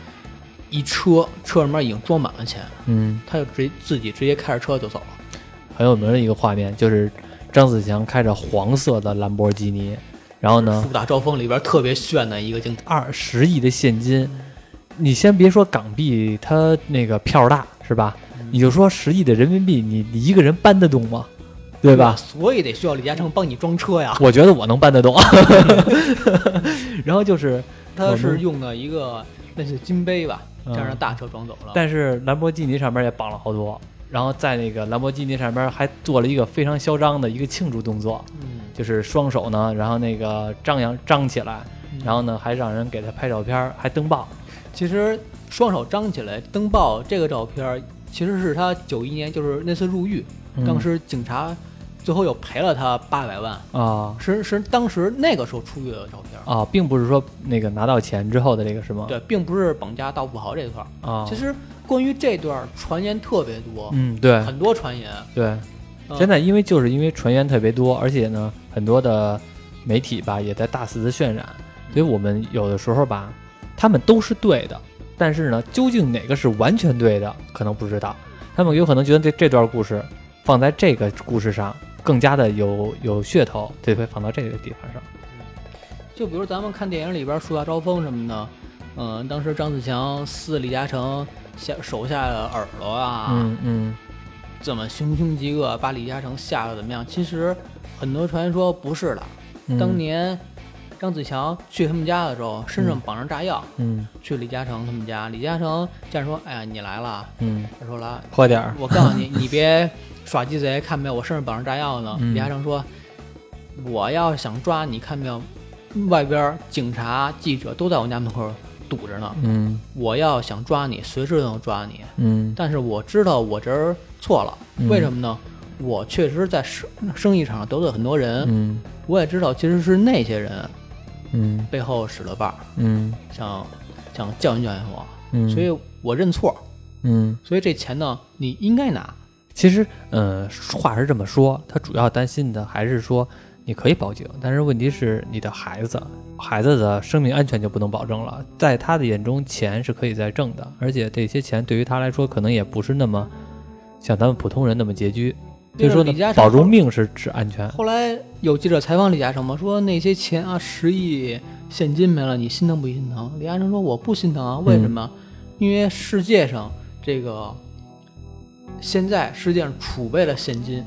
C: 一车，车里面已经装满了钱，
A: 嗯，
C: 他就直自己直接开着车就走了。
A: 很有名的一个画面就是张子强开着黄色的兰博基尼，然后呢
C: 《树，大招风》里边特别炫的一个镜头，
A: 二十亿的现金，你先别说港币，它那个票大是吧？你就说十亿的人民币，你你一个人搬得动吗？对吧？
C: 所以得需要李嘉诚帮你装车呀。
A: 我觉得我能搬得动。 然后就是，
C: 他是用的一个那是金杯吧，这样让大车装走了。
A: 嗯但是兰博基尼上面也绑了好多，然后在那个兰博基尼上面还做了一个非常嚣张的一个庆祝动作，
C: 嗯，
A: 就是双手呢，然后那个张扬张起来，然后呢还让人给他拍照片儿，还登报。
C: 其实双手张起来登报这个照片儿，其实是他九一年就是那次入狱，
A: 嗯
C: 当时警察最后又赔了他八百万，
A: 啊
C: 是是当时那个时候出狱的照片儿。
A: 啊，并不是说那个拿到钱之后的这个是吗？
C: 对，并不是绑架大富豪这一块儿。
A: 啊，
C: 其实关于这段儿传言特别多，
A: 嗯，对
C: 很多传言。
A: 对，
C: 嗯
A: 现在因为就是因为船员特别多，而且呢，很多的媒体吧也在大肆的渲染，所以我们有的时候吧，他们都是对的，但是呢，究竟哪个是完全对的，可能不知道。他们有可能觉得这这段故事放在这个故事上更加的有有噱头，这回放到这个地方上。
C: 就比如咱们看电影里边儿《树大招风》什么的，嗯、当时张子强撕李嘉诚下手下的耳朵啊，
A: 嗯嗯
C: 怎么凶凶极恶，把李嘉诚吓得怎么样？其实很多传说不是的，
A: 嗯，
C: 当年张子强去他们家的时候，身上绑着炸药，
A: 嗯
C: 去李嘉诚他们家，李嘉诚竟然说：“哎呀，你来了。
A: 嗯”
C: 他说：“来，
A: 喝点儿，
C: 我告诉你，你别耍鸡贼，看没有，我身上绑着炸药呢。
A: 嗯
C: 李嘉诚说：“我要想抓你，看没有，外边警察、记者都在我家门口堵着呢。
A: 嗯
C: 我要想抓你，随时都能抓你。
A: 嗯
C: 但是我知道我这儿错了，
A: 嗯
C: 为什么呢？我确实在生生意场上得罪很多人，
A: 嗯
C: 我也知道其实是那些人
A: 嗯
C: 背后使了绊儿，
A: 嗯
C: 想想教训教训我，
A: 嗯，
C: 所以我认错，
A: 嗯，
C: 所以这钱呢，你应该拿。
A: 其实，嗯、话是这么说，他主要担心的还是说你可以报警，但是问题是你的孩子，孩子的生命安全就不能保证了。在他的眼中，钱是可以再挣的，而且这些钱对于他来说，可能也不是那么像咱们普通人那么拮据。所以说呢
C: 李嘉，诚
A: 保住命是指安全。
C: 后来有记者采访李嘉诚嘛，说那些钱啊，十亿现金没了，你心疼不心疼？李嘉诚说我不心疼啊，为什么？因为世界上这个现在世界上储备的现金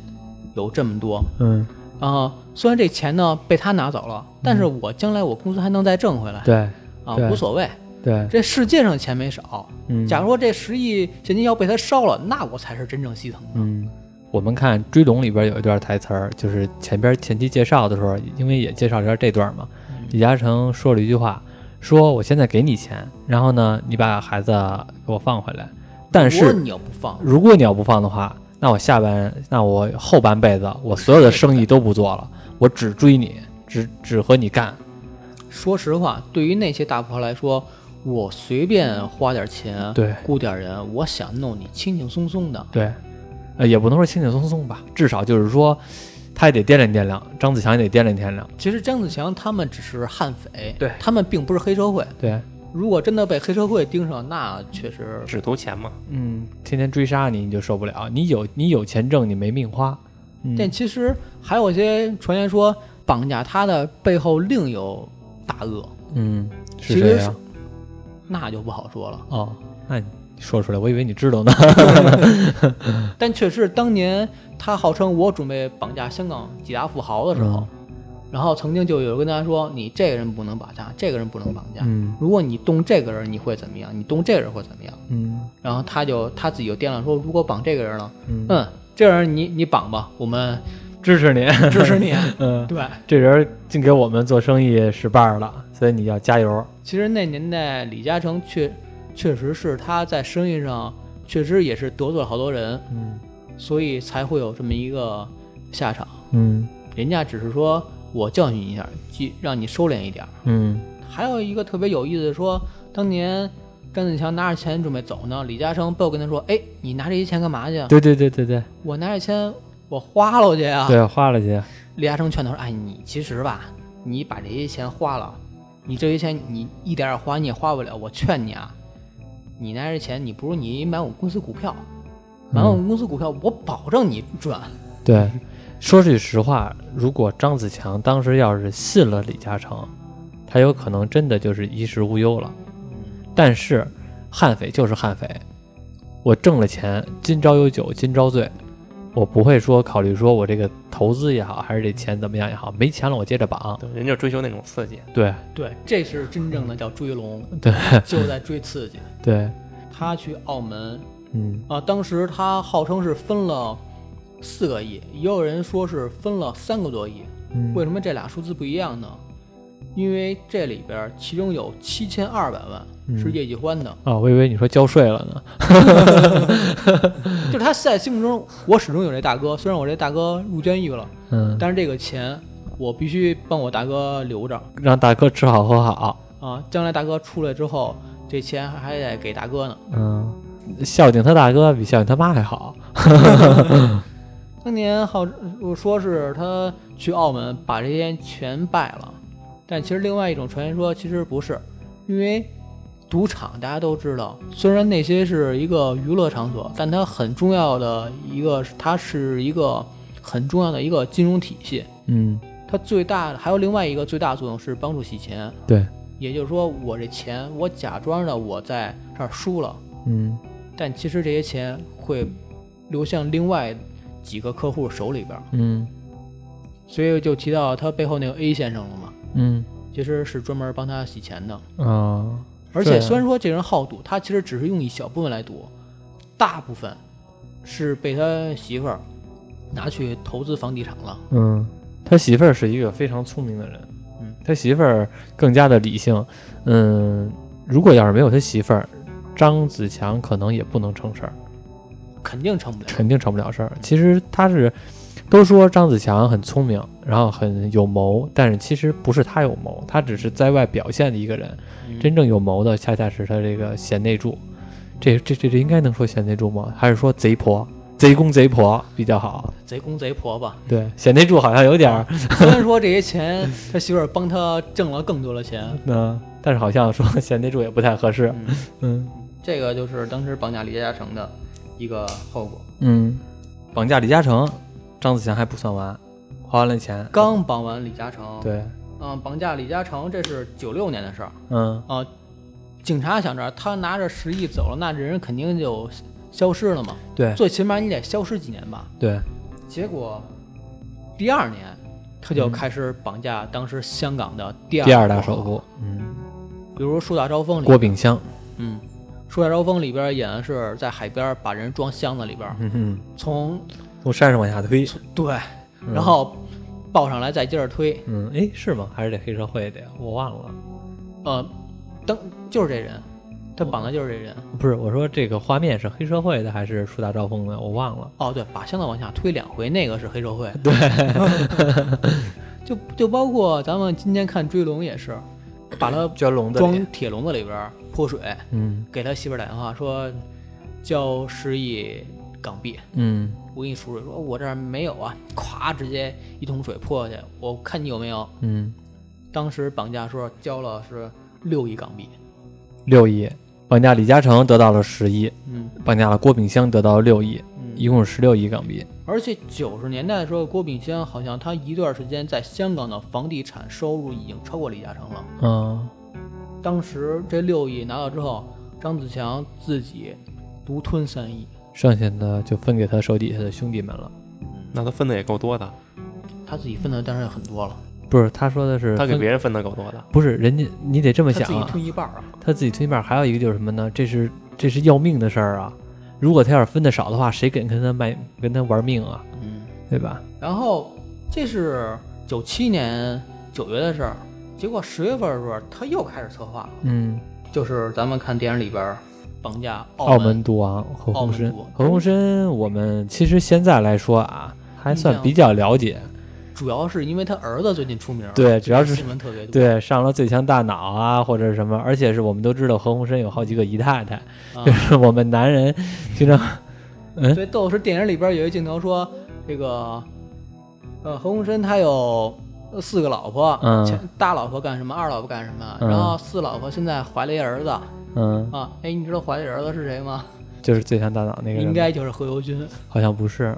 C: 有这么多
A: 嗯，
C: 啊、虽然这钱呢被他拿走了，但是我将来我公司还能再挣回来、
A: 对
C: 啊，
A: 对
C: 无所谓。
A: 对，
C: 这世界上钱没少，
A: 嗯，
C: 假如说这十亿现金要被他烧了，那我才是真正心疼的。
A: 嗯，我们看《追龙》里边有一段台词儿，就是前边前期介绍的时候，因为也介绍了一下这段嘛，李嘉诚说了一句话，说我现在给你钱，然后呢，你把孩子给我放回来，但
C: 如果
A: 是
C: 你要不放，
A: 如果你要不放的话，那我下半那我后半辈子我所有的生意都不做了，我只追你，只只和你干。
C: 说实话，对于那些大富豪来说，我随便花点钱，
A: 对
C: 雇点人，我想弄你轻轻松松的。
A: 对，呃，也不能说轻轻松松吧，至少就是说，他也得掂量掂量，张子强也得掂量掂量。
C: 其实张子强他们只是悍匪，
A: 对
C: 他们并不是黑社会。
A: 对，
C: 如果真的被黑社会盯上，那确实
B: 只图钱嘛，
A: 嗯，天天追杀你，你就受不了。你有你有钱挣，你没命花。嗯，
C: 但其实还有一些传言说，绑架他的背后另有大恶，
A: 嗯，是
C: 其实
A: 谁
C: 是
A: 呀？
C: 那就不好说了。
A: 哦，那你说出来，我以为你知道 呢。
C: 但确实，当年他号称我准备绑架香港几大富豪的时候，然后曾经就有人跟他说：“你这个人不能绑架，这个人不能绑架。
A: 嗯
C: 如果你动这个人，你会怎么样？你动这个人会怎么样
A: 嗯？”
C: 然后他就他自己就掂量说：“如果绑这个人了，
A: 嗯，
C: 嗯，这人你你绑吧，我们
A: 支持 你。
C: 支持你。
A: 嗯，
C: 对，
A: 这人净给我们做生意使绊儿了，所以你要加油。
C: 其实那年代李嘉诚确确实是他在生意上确实也是得罪了好多人，
A: 嗯
C: 所以才会有这么一个下场。
A: 嗯
C: 人家只是说我教训你一下，记让你收敛一点儿。
A: 嗯
C: 还有一个特别有意思的说，当年张子强拿着钱准备走呢，李嘉诚背后跟他说：“哎，你拿这些钱干嘛去啊？
A: 嗯对对对对对
C: 我拿着钱我花了去啊。
A: 对，花了去。”
C: 李嘉诚劝他说：“哎，你其实吧，你把这些钱花了，你这些钱你一点点花你也花不了。我劝你啊，你拿着钱，你不如你买我们公司股票，买我们公司股票，我保证你赚。
A: 对，说句实话，如果张子强当时要是信了李嘉诚，他有可能真的就是衣食无忧了。但是悍匪就是悍匪，我挣了钱，今朝有酒今朝醉，我不会说考虑说我这个投资也好，还是这钱怎么样也好，没钱了我接着绑。
B: 对人就追求那种刺激。
A: 对
C: 对，这是真正的叫追龙，
A: 嗯对
C: 就在追刺激。
A: 对，
C: 他去澳门
A: 嗯
C: 啊，当时他号称是分了四个亿，也有人说是分了三个多亿。
A: 嗯
C: 为什么这俩数字不一样呢？因为这里边儿其中有七千二百万是叶继欢的，
A: 啊、我以为你说交税了呢。
C: 就是他在心目中，我始终有这大哥。虽然我这大哥入监狱了，
A: 嗯，
C: 但是这个钱我必须帮我大哥留着
A: 让大哥吃好喝好。
C: 啊，将来大哥出来之后，这钱还得给大哥呢。
A: 嗯，孝敬他大哥比孝敬他妈还好。
C: 当年好我说是他去澳门把这些全败了，但其实另外一种传言说其实不是，因为赌场大家都知道，虽然那些是一个娱乐场所，但它很重要的一个它是一个很重要的一个金融体系，
A: 嗯，
C: 它最大的还有另外一个最大作用是帮助洗钱，
A: 对，
C: 也就是说我这钱我假装的我在这儿输了，
A: 嗯。
C: 但其实这些钱会流向另外几个客户手里边。
A: 嗯
C: 所以就提到他背后那个 A 先生了嘛，
A: 嗯
C: 其实是专门帮他洗钱的。
A: 啊，
C: 而且
A: 对
C: 虽然说这人好赌，他其实只是用一小部分来赌，大部分是被他媳妇儿拿去投资房地产了。
A: 嗯，他媳妇儿是一个非常聪明的人，
C: 嗯，
A: 他媳妇儿更加的理性，嗯，如果要是没有他媳妇儿，张子强可能也不能成事儿，
C: 肯定成不了，
A: 肯定成不了事儿。其实他是。都说张子强很聪明，然后很有谋，但是其实不是他有谋，他只是在外表现的一个人。
C: 嗯
A: 真正有谋的，恰恰是他这个贤内助。这这这这应该能说贤内助吗？还是说贼婆、贼公贼婆比较好？
C: 贼公贼 婆吧。
A: 对，贤内助好像有点儿，
C: 虽然说这些钱，他媳妇儿帮他挣了更多的钱，
A: 嗯、但是好像说 贤内助也不太合适。
C: 嗯，
A: 嗯
C: 这个就是当时绑架李嘉诚的一个后果。
A: 嗯，绑架李嘉诚，张子强还不算完，花完了钱，
C: 刚绑完李嘉诚，，
A: 对，
C: 嗯、绑架李嘉诚这是九六年的事儿
A: 嗯
C: 啊、警察想着他拿着十亿走了，那这人肯定就消失了嘛，
A: 对
C: 最起码你得消失几年吧。
A: 对，
C: 结果第二年他就开始绑架当时香港的第二
A: 第二大首，富，嗯，
C: 比如《树大招风》里
A: 郭炳湘，
C: 嗯，《树大招风》里边演的是在海边把人装箱子里边，
A: 嗯哼，
C: 从
A: 从山上往下推，
C: 对，
A: 嗯
C: 然后抱上来再接着推，
A: 嗯，哎，是吗？还是得黑社会的呀？我忘了，
C: 呃，当就是这人，他绑的就是这人。
A: 不是，我说这个画面是黑社会的还是树大招风的？我忘了。
C: 哦，对，把箱子往下推两回，那个是黑社会。对， 就就包括咱们今天看《追龙》也是，把他
A: 卷龙的
C: 装
A: 脸，
C: 铁笼子里边儿泼水，
A: 嗯
C: 给他媳妇儿打电话说交十亿港币，
A: 嗯
C: 我给你数数，说我这儿没有啊，咵直接一桶水泼下去，我看你有没有。
A: 嗯，
C: 当时绑架说交了是六亿港币，
A: 六亿，绑架李嘉诚得到了十亿，
C: 嗯
A: 绑架了郭炳湘得到了六亿，
C: 嗯，
A: 一共是十六亿港币。
C: 而且九十年代的时候，郭炳湘好像他一段时间在香港的房地产收入已经超过李嘉诚了。
A: 嗯
C: 当时这六亿拿到之后，张子强自己独吞三亿，
A: 剩下的就分给他手底下的兄弟们了。
B: 那他分的也够多的，
C: 他自己分的当然很多了，
A: 不是，他说的是
B: 他给
A: 分
B: 别人分的够多的。
A: 不是人家，你得这么
C: 他
A: 想
C: 自己
A: 啊。
C: 吞一半啊。
A: 他自己推面还有一个就是什么呢？这是这是要命的事儿啊！如果他要是分的少的话，谁敢跟他卖跟他玩命啊？
C: 嗯，
A: 对吧？
C: 然后这是九七年九月的事儿，结果十月份的时候他又开始策划了，
A: 嗯，
C: 就是咱们看电影里边儿绑架
A: 澳
C: 门
A: 门赌王何
C: 澳
A: 鸿
C: 门
A: 燊
C: 赌王，
A: 何鸿燊，我们其实现在来说啊，还算比较了解。
C: 主要是因为他儿子最近出名儿，
A: 对，主要是
C: 新闻特别多。
A: 对上了最强大脑啊，或者是什么，而且是我们都知道何鸿燊有好几个姨太 太，
C: 啊
A: 就是我们男人经常哎
C: 最逗的是电影里边有一镜头说，这个，呃，何鸿燊他有呃四个老婆，
A: 嗯
C: 前大老婆干什么，二老婆干什么，
A: 嗯
C: 然后四老婆现在怀了一儿子啊，
A: 嗯，
C: 哎，你知道怀了一儿子是谁吗？
A: 就是最强大脑那个人，
C: 应该就是何猷君，
A: 好像不是，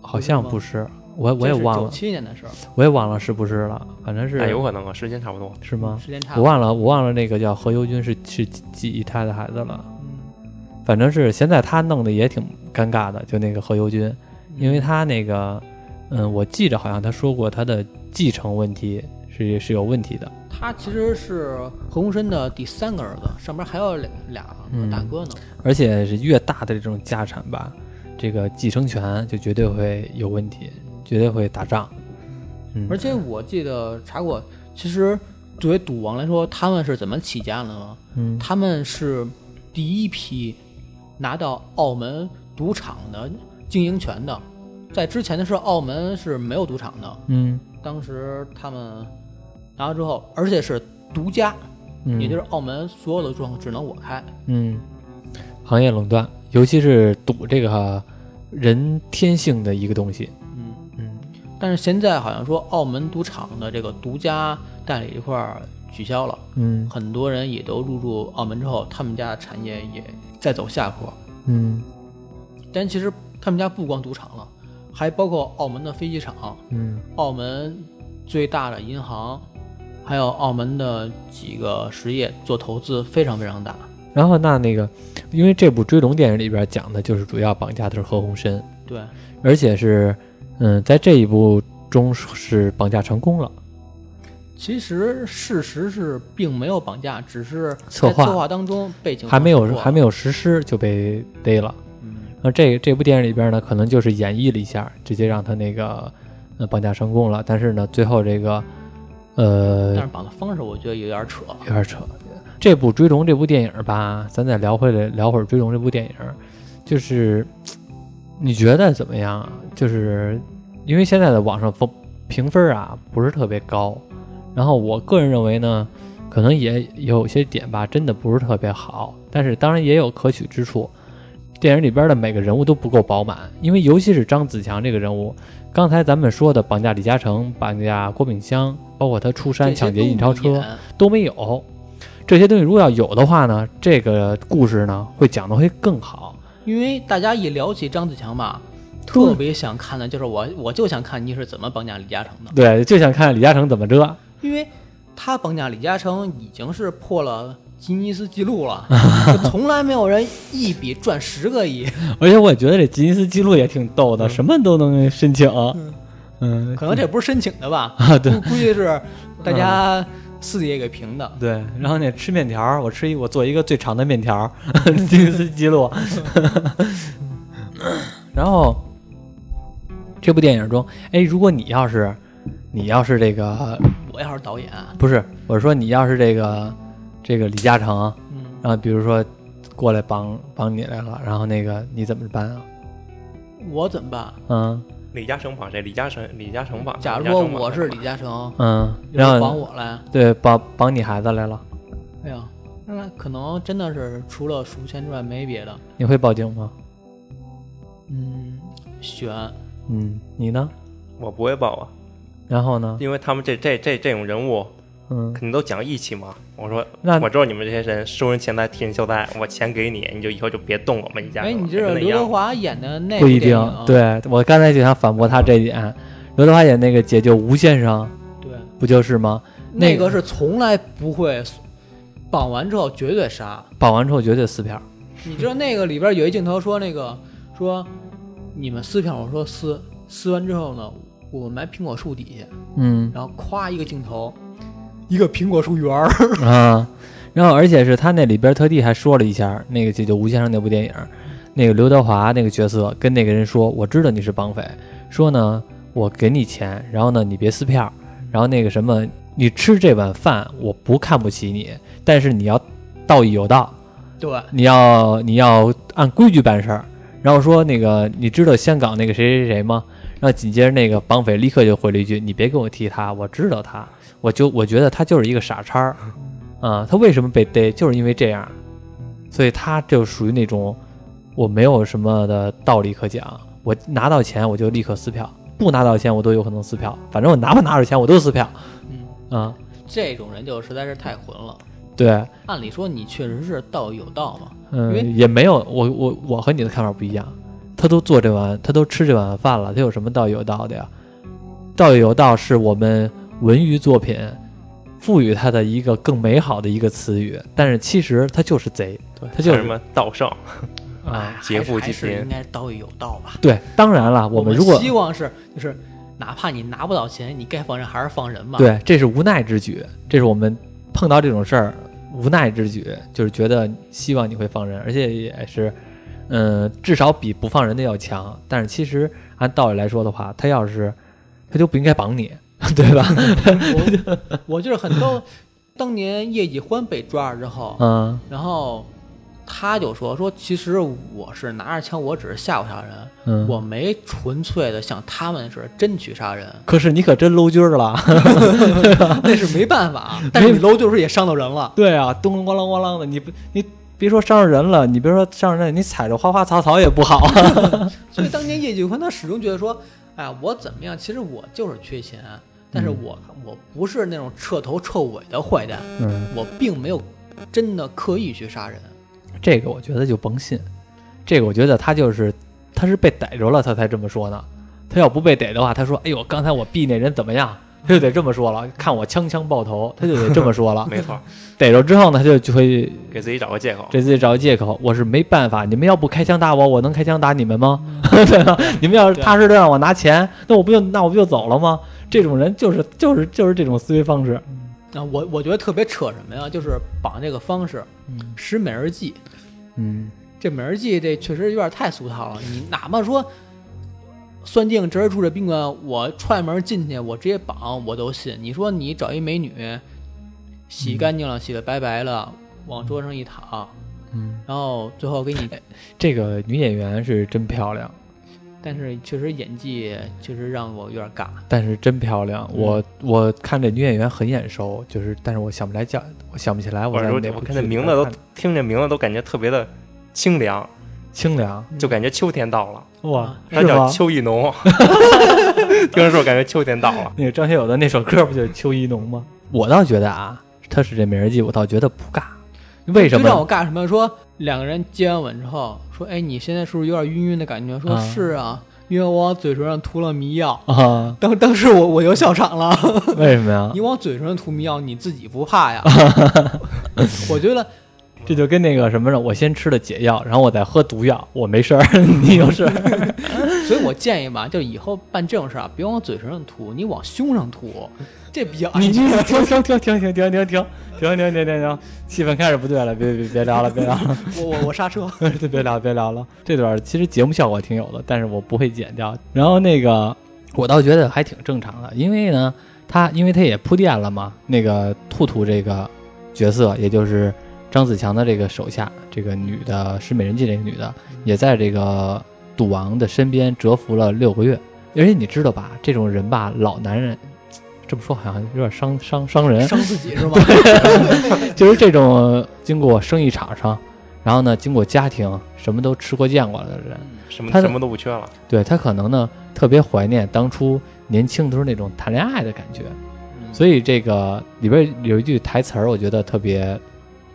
A: 好
C: 不是
A: 像
C: 吗
A: 不是，我我也忘
C: 九
A: 了，啊
C: 七年的事儿，
A: 我也忘了是不是了，反正是
B: 那有可能啊，时间差不多。
A: 是吗？
C: 时间哎差
A: 我
C: 不多。
A: 忘了，我忘了那个叫何猷君是是几几姨太的孩子了。
C: 嗯
A: 反正是现在他弄得也挺尴尬的，就那个何猷君，因为
C: 嗯
A: 他那个，嗯，我记着好像他说过他的继承问题是是有问题的。
C: 他其实是何鸿燊的第三个儿子，上边还有俩俩
A: 嗯
C: 大哥呢。
A: 而且是越大的这种家产吧，这个继承权就绝对会有问题，绝对会打仗。嗯
C: 而，且我记得查过，其实作为赌王来说，他们是怎么起家的呢？
A: 嗯
C: 他们是第一批拿到澳门赌场的经营权的，在之前的是澳门是没有赌场的，
A: 嗯
C: 当时他们拿到之后，而且是独家，
A: 嗯，
C: 也就是澳门所有的庄只能我开。
A: 嗯，行业垄断，尤其是赌这个哈人天性的一个东西。
C: 嗯，
A: 嗯，
C: 但是现在好像说澳门赌场的这个独家代理这块儿取消了，
A: 嗯
C: 很多人也都入驻澳门之后，他们家的产业也在走下坡。
A: 嗯
C: 但其实他们家不光赌场了，还包括澳门的飞机场。
A: 嗯
C: 澳门最大的银行，还有澳门的几个实业做投资非常非常大。
A: 然后那那个，因为这部《追龙》电影里边讲的就是主要绑架的是何鸿燊，
C: 对，
A: 而且是嗯，在这一部中是绑架成功了。
C: 其实事实是并没有绑架，只是
A: 策
C: 在
A: 划
C: 策划当中被警
A: 还没有还
C: 还
A: 没有实施就被逮了。
C: 嗯
A: 那这这部电影里边呢，可能就是演绎了一下，直接让他那个呃绑架成功了。但是呢，最后这个呃
C: 但是绑的方式我觉得有点扯。
A: 有点扯。这部《追龙》这部电影吧，咱再聊回来聊会儿《追龙》这部电影，就是你觉得怎么样啊？就是因为现在的网上风评分啊不是特别高，然后我个人认为呢，可能也有些点吧，真的不是特别好。但是当然也有可取之处。电影里边的每个人物都不够饱满，因为尤其是张子强这个人物，刚才咱们说的绑架李嘉诚、绑架郭炳湘，包括他出山抢劫印钞车，都没有。这些东西如果要有的话呢，这个故事呢会讲的会更好。
C: 因为大家一聊起张子强吧，
A: 对
C: 特别想看的就是我，我就想看你是怎么绑架李嘉诚的，
A: 对，就想看李嘉诚怎么着。
C: 因为他绑架李嘉诚已经是破了吉尼斯纪录 了，就从来没有人一笔赚十个亿，
A: 而且我觉得这吉尼斯纪录也挺逗的，
B: 嗯
A: 什么都能申请。
C: 嗯
A: 嗯，
C: 可能这不是申请的吧？
A: 啊对嗯
C: 估估计是大家四爷给评的。
A: 对，然后呢，吃面条儿，我吃一，我做一个最长的面条儿， 吉尼斯记录。嗯 然后，这部电影中，哎，如果你要是，你要是这个
C: 我要是导演啊，
A: 不是，我是说你要是这个这个李嘉诚，
C: 嗯，
A: 然后比如说过来帮帮你来了，然后那个你怎么办啊？
C: 我怎么办？
A: 嗯
B: 李嘉诚绑谁？李嘉诚，李嘉诚绑。
C: 假如
B: 李嘉
C: 说
B: 诚绑
C: 我
B: 谁
C: 是李嘉诚，
A: 嗯，
C: 有
A: 然
C: 人绑
A: 后
C: 我来，
A: 对绑绑你孩子来了，
C: 哎呀，那可能真的是除了数钱之外没别的。
A: 你会报警吗？
C: 嗯，选
A: 嗯，你呢？
B: 我不会报啊，
A: 然后呢？
B: 因为他们这这这这种人物
A: 嗯
B: 肯定都讲义气嘛。我说，
A: 那
B: 我知道你们这些人收人钱财替人消灾，我钱给你，你就以后就别动我们一家了。
C: 哎，你
B: 这
C: 知道刘德
B: 样。
C: 华演的那
A: 不
C: 部
A: 一
C: 电影
A: 定
C: 啊。
A: 对我刚才就想反驳他这一点。刘德华演那个解救吴先生
C: 对，
A: 不就是吗？那
C: 那
A: 个
C: 个是从来不会绑完之后绝对杀。
A: 绑完之后绝对撕票。
C: 你知道那个里边有一镜头说那个说你们撕票，我说撕，撕完之后呢，我们埋苹果树底下，
A: 嗯
C: 然后咵一个镜头，一个苹果树园儿。
A: 啊，然后而且是他那里边特地还说了一下那个解救吴先生那部电影，那个刘德华那个角色跟那个人说：“我知道你是绑匪，说呢我给你钱，然后呢你别撕票，然后那个什么你吃这碗饭我不看不起你，但是你要道义有道。”
C: 对，
A: 你要你要按规矩办事儿。然后说那个，你知道香港那个谁谁谁吗？然后紧接着那个绑匪立刻就回了一句：“你别跟我提他，我知道他，我就我觉得他就是一个傻叉儿，啊、他为什么被逮，就是因为这样，所以他就属于那种我没有什么的道理可讲，我拿到钱我就立刻撕票，不拿到钱我都有可能撕票，反正我拿不拿着钱我都撕票，
C: 嗯，
A: 啊、
C: 这种人就实在是太混了。
A: 对，
C: 按理说你确实是道有道嘛，因为
A: 嗯，也没有，我我我和你的看法不一样。他都做这碗，他都吃这碗饭了，他有什么道义有道的呀？道义有道是我们文娱作品赋予它的一个更美好的一个词语，但是其实它就是贼
B: 对，
A: 他就是
B: 像什么道圣，
A: 啊。
C: 哎
B: 劫富
C: 还是
B: 济贫。
C: 还是应该道有道吧。
A: 对，当然了，我
C: 我
A: 们如果
C: 希望是就是，哪怕你拿不到钱，你该放人还是放人嘛。，
A: 对，这是无奈之举，这是我们碰到这种事儿无奈之举，就是觉得希望你会放人，而且也是，嗯，至少比不放人的要强。但是其实按道理来说的话，他要是他就不应该绑你， 对吧？
C: 我我就是很逗。当年叶继欢被抓了之后，
A: 嗯
C: 然后他就说说，其实我是拿着枪，我只是吓唬吓人，
A: 嗯，
C: 我没纯粹的像他们似的真去杀人，
A: 可是你可真搂军儿了，
C: 那是没办法。啊但是你搂就是也伤到人了，
A: 对啊，咚咣啷咣啷的，你不你别说伤着人了，你别说伤着人，你踩着花花草草也不好 啊。
C: 所以当年叶继欢他始终觉得说，哎呀，我怎么样？其实我就是缺钱，但是我我不是那种彻头彻尾的坏蛋，
A: 嗯，
C: 我并没有真的刻意去杀人。
A: 这个我觉得就甭信，这个我觉得他就是他是被逮着了，他才这么说呢。他要不被逮的话，他说：“哎呦，刚才我毙那人怎么样？”他就得这么说了。看我枪枪爆头，他就得这么说了
B: 没 错，
A: 逮着之后呢，他就就会
B: 给自己找个借口。
A: 给自己找个借口：“我是没办法，你们要不开枪打我，我能开枪打你们吗？ 对吧？你们要是
C: 对
A: 踏实的让我拿钱，那我不就那我不就走了吗？”这种人就是就是就是这种思维方式。
C: 啊，我我觉得特别扯什么呀？就是绑这个方式，使美人计。
A: 嗯，
C: 这美人计这确实有点太俗套了。你哪怕说算定这人住这宾馆，我踹门进去，我直接绑我都信。你说你找一美女，洗干净了，洗的白白了，往桌上一躺，
A: 嗯，
C: 然后最后给你，
A: 这个女演员是真漂亮。
C: 但是确实演技确实让我有点尬。
A: 但是真漂亮，我我看这女演员很眼熟，就是，但是我想不来叫，我想不起来我
B: 我
A: 在
B: 说
A: 哪部
B: 我看
A: 剧
B: 这
A: 里
B: 名字
A: 边
B: 都
A: 看
B: 听这名字都感觉特别的清凉，
A: 清凉
C: 嗯
B: 就感觉秋天到了。
A: 哇
C: 啊，
B: 他
A: 是
B: 叫
A: 吗？
B: 秋意 浓，听着说感觉秋天到了。
A: 那个张学友的那首歌不就是秋意浓吗？我倒觉得啊，他是这名儿记，我倒觉得不尬。为什
C: 就让
A: 么？
C: 我尬什么？说两个人接完吻之后，说：“哎，你现在是不是有点晕晕的感觉？”说：“
A: 啊
C: 是啊，因为我往嘴唇上涂了迷药。
A: 啊，
C: 当”当时我我又笑场了。
A: 为什么呀？
C: 你往嘴唇上涂迷药，你自己不怕 呀？我觉得
A: 这就跟那个什么呢？我先吃了解药，然后我再喝毒药，我没事儿，你有事儿。
C: 所以我建议吧，就以后办这种事啊，别往嘴唇上涂，你往胸上涂，这比较安
A: 你
C: 全。
A: 停停停停停停停停停停停停停停，气氛开始不对了，别别别聊了，别聊了，
C: 我我我刹 车，
A: 别别聊了别聊了。这段儿其实节目效果挺有的，但是我不会剪掉。然后那个我倒觉得还挺正常的，因为呢，他因为他也铺垫了嘛，那个兔兔这个角色，也就是张子强的这个手下，这个女的是美人计这个女的，也在这个赌王的身边蛰伏了六个月。而且你知道吧，这种人吧，老男人，这么说好像有点伤伤伤人，
C: 伤自己是吗？
A: 就是这种呃经过生意场上，然后呢，经过家庭什么都吃过见过的人，
C: 嗯
B: 什么
A: 他的
B: 什么都不缺了，
A: 对他可能呢特别怀念当初年轻的时候那种谈恋爱的感觉。
C: 嗯
A: 所以这个里边有一句台词儿，我觉得特别，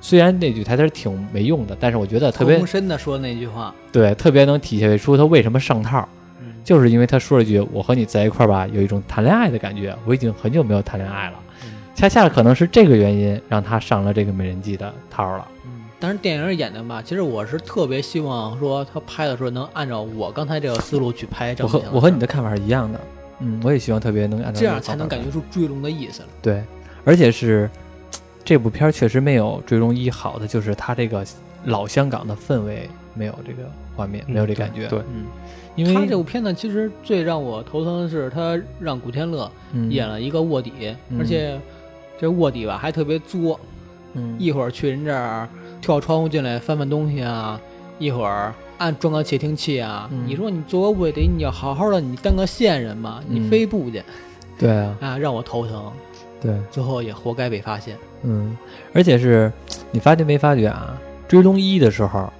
A: 虽然那句台词儿挺没用的，但是我觉得特别
C: 重深的说那句话，
A: 对，特别能体现出他为什么上套，
C: 嗯
A: 就是因为他说了一句“我和你在一块儿吧，有一种谈恋爱的感觉，我已经很久没有谈恋爱了”，恰恰可能是这个原因让他上了这个美人计的套了。
C: 嗯，但是电影演的吧，其实我是特别希望说他拍的时候能按照我刚才这个思路去拍
A: 我
C: 张子
A: 和
C: 强的
A: 我和你
C: 事
A: 的看法是一样的，嗯，我也希望特别能按
C: 儿
A: 照个
C: 这样
A: 方
C: 才
A: 法
C: 能感
A: 来
C: 觉出追龙的意思了。
A: 对，而且是这部片儿确实没有《追龙一》好的，就是它这个老香港的氛围没有这个画面，没有这感觉，
B: 对，对
C: 嗯，
A: 因为
C: 他这部片呢，其实最让我头疼的是他让古天乐
A: 嗯
C: 演了一个卧底，
A: 嗯
C: 而且这卧底吧还特别作，
A: 嗯
C: 一会儿去人这儿跳窗户进来翻翻东西啊，一会儿按装个窃听器啊。
A: 嗯
C: 你说你作为卧底，你要好好的，你当个线人嘛，
A: 嗯
C: 你非不去、
A: 对啊，
C: 啊，让我头疼。
A: 对，
C: 最后也活该被发现。
A: 嗯，而且是你发觉没发觉啊，《追龙一》的时候，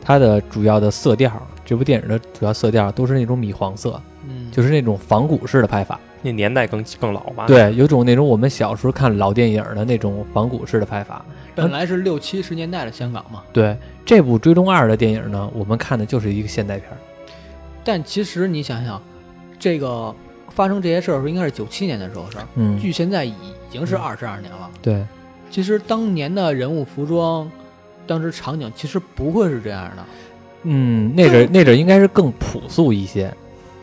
A: 它的主要的色调，这部电影的主要色调都是那种米黄色，
C: 嗯，啊
A: 就是那种仿古式的拍法。
B: 那年代更更老吧？，
A: 对，有种那种我们小时候看老电影的那种仿古式的拍法。
C: 本来是六七十年代的香港嘛，
A: 对，这部《追踪二》的电影呢，我们看的就是一个现代片儿。
C: 但其实你想想，这个发生这些事儿的时候应该是九七年的时候的事儿，
A: 嗯，
C: 距现在已经是
A: 嗯
C: 二十二年了。
A: 对，
C: 其实当年的人物服装，当时场景其实不会是这样的。
A: 嗯，那阵儿那阵儿应该是更朴素一些，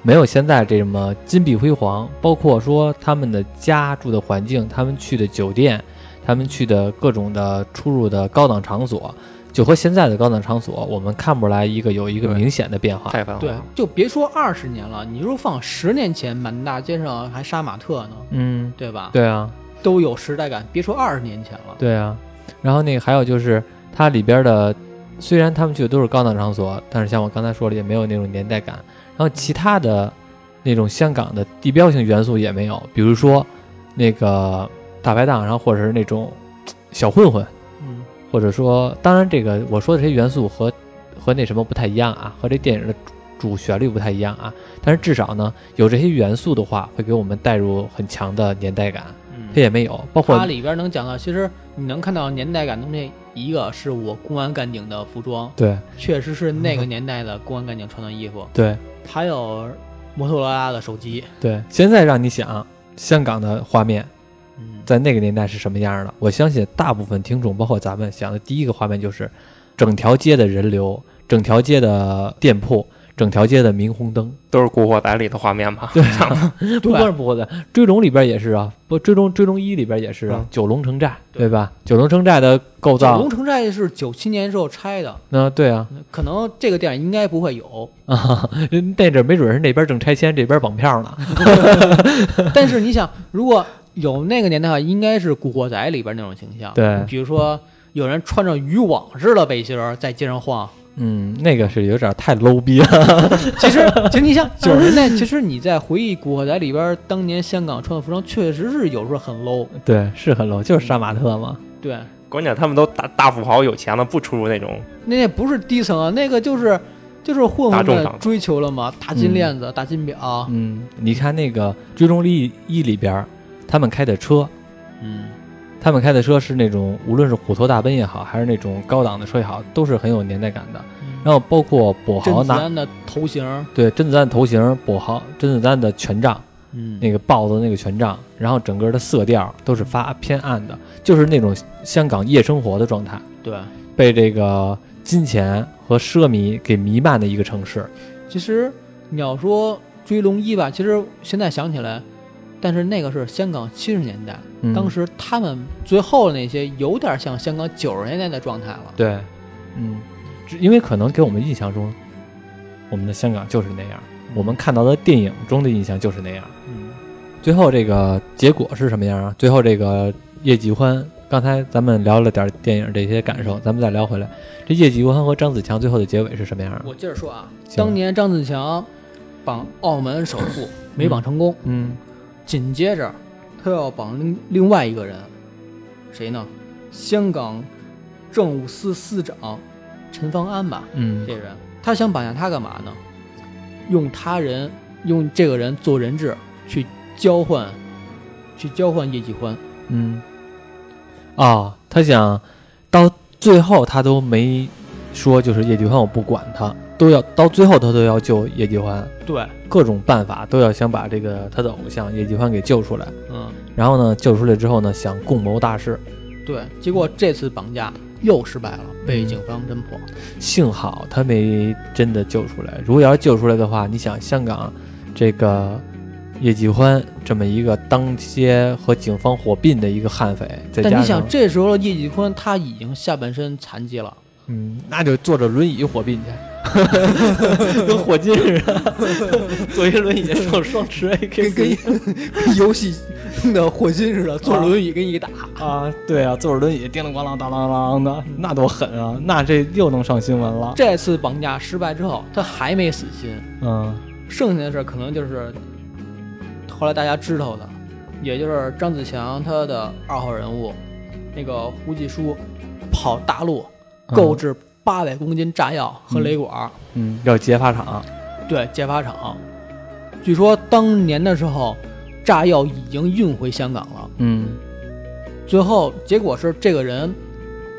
A: 没有现在这么金碧辉煌。包括说他们的家住的环境，他们去的酒店，他们去的各种的出入的高档场所，就和现在的高档场所，我们看不出来一个有一个
B: 对
A: 明显的变化。
B: 太繁华
C: 对
B: 了。，
C: 就别说二十年了，你说放十年前，满大街上还杀马特呢，
A: 嗯，
C: 对吧？，
A: 对啊。
C: 都有时代感。别说二十年前了，
A: 对啊，然后那个还有就是它里边的，虽然他们去的都是高档场所，但是像我刚才说了，也没有那种年代感。然后其他的那种香港的地标性元素也没有，比如说那个大排档，然后或者是那种嘖小混混，
C: 嗯，
A: 或者说，当然这个我说的这些元素和和那什么不太一样啊，和这电影的主主旋律不太一样啊。但是至少呢，有这些元素的话，会给我们带入很强的年代感。
C: 嗯
A: 它也没有，包括
C: 它里边能讲到，其实你能看到年代感的东西，一个是我公安干警的服装，
A: 对
C: 确实是那个年代的公安干警穿的衣服，
A: 对。
C: 还有摩托罗拉的手机，
A: 对，现在让你想香港的画面
C: 嗯，
A: 在那个年代是什么样的，我相信大部分听众，包括咱们想的第一个画面就是整条街的人流，整条街的店铺，整条街的霓虹灯。
B: 都是《古惑仔》里的画面嘛。
A: 不光是不惑仔，追龙里边也是啊，不追龙追龙一里边也是啊，
B: 嗯
A: 九龙城寨
C: 对
A: 对吧？九龙城寨的构
C: 九
A: 造
C: 龙，城寨是九七年时候拆的，
A: 那对啊，
C: 可能这个电影应该不会有，
A: 啊，那阵儿没准是那边正拆迁，这边绑票呢。
C: 但是你想，如果有那个年代的话，应该是《古惑仔》里边那种形象，
A: 对
C: 比如说有人穿着渔网似的背心儿在街上晃，
A: 嗯，那个是有点太 low 逼 了。
C: 其实，其实你想，九十年代，其实你在回忆《古惑仔》里边，当年香港穿的服装确实是有时候很 low。
A: 对，是很 low，就是杀马特嘛。
C: 对，
B: 关键他们都大大富豪有钱了，不出入那种
C: 那也不是低层啊，那个就是就是混
B: 大
C: 混
B: 众
C: 们
B: 场子
C: 追求了嘛，大金链子、大金表，
A: 嗯，你看那个《追踪力一》里边儿，他们开的车，
C: 嗯，
A: 他们开的车是那种无论是虎头大奔也好，还是那种高档的车也好，都是很有年代感的。然后包括跛
C: 甄
A: 豪
C: 子
A: 拿
C: 丹的头型，
A: 对甄子丹的头型，跛豪甄子丹的权杖，
C: 嗯，
A: 那个豹子那个权杖，然后整个的色调都是发偏暗的，就是那种香港夜生活的状态，
C: 对，
A: 被这个金钱和奢靡给弥漫的一个城市。
C: 其实你要说《追龙一》吧，其实现在想起来，但是那个是香港七十年代，
A: 嗯、
C: 当时他们最后那些有点像香港九十年代的状态了。
A: 对，嗯，只因为可能给我们印象中，我们的香港就是那样，我们看到的电影中的印象就是那样。
C: 嗯，
A: 最后这个结果是什么样啊？最后这个叶继欢，刚才咱们聊了点电影这些感受，咱们再聊回来，这叶继欢和张子强最后的结尾是什么样啊？
C: 我接着说啊，
A: 行
C: 当年张子强绑澳门首富没绑成功，
A: 嗯，
C: 紧接着他要绑另另外一个人，谁呢？香港政务司司长陈方安吧，
A: 嗯
C: 这人他想绑架他干嘛呢？用他人用这个人做人质去交换，去交换叶继欢。
A: 嗯，哦，他想到最后他都没说，就是叶继欢我不管他，都要到最后他都要救叶继欢，
C: 对，
A: 各种办法都要想把这个他的偶像叶继欢给救出来。
C: 嗯，
A: 然后呢，救出来之后呢，想共谋大事。
C: 对。结果这次绑架又失败了，被警方侦破。
A: 幸好他没真的救出来。如果要是救出来的话，你想香港这个叶继欢这么一个当街和警方火并的一个悍匪，再
C: 但
A: 加
C: 你想
A: 上，
C: 这时候的叶继欢他已经下半身残疾了，
A: 嗯，那就坐着轮椅火并 去，跟火箭似的，坐一轮椅上双持 AK，
C: 跟游戏的火星似的，
A: 坐着
C: 轮椅跟一打。
A: 啊，对啊，坐着轮椅叮铃咣啷当啷啷的，那多狠啊！那这又能上新闻了。
C: 这次绑架失败之后，他还没死心，
A: 嗯
C: 剩下的事儿可能就是后来大家知道的，也就是张子强他的二号人物，那个胡继书跑大陆
A: 嗯
C: 购置八百公斤炸药和雷管儿，
A: 嗯，要劫法场。
C: 对劫法场。据说当年的时候，炸药已经运回香港了。
A: 嗯
C: 最后结果是这个人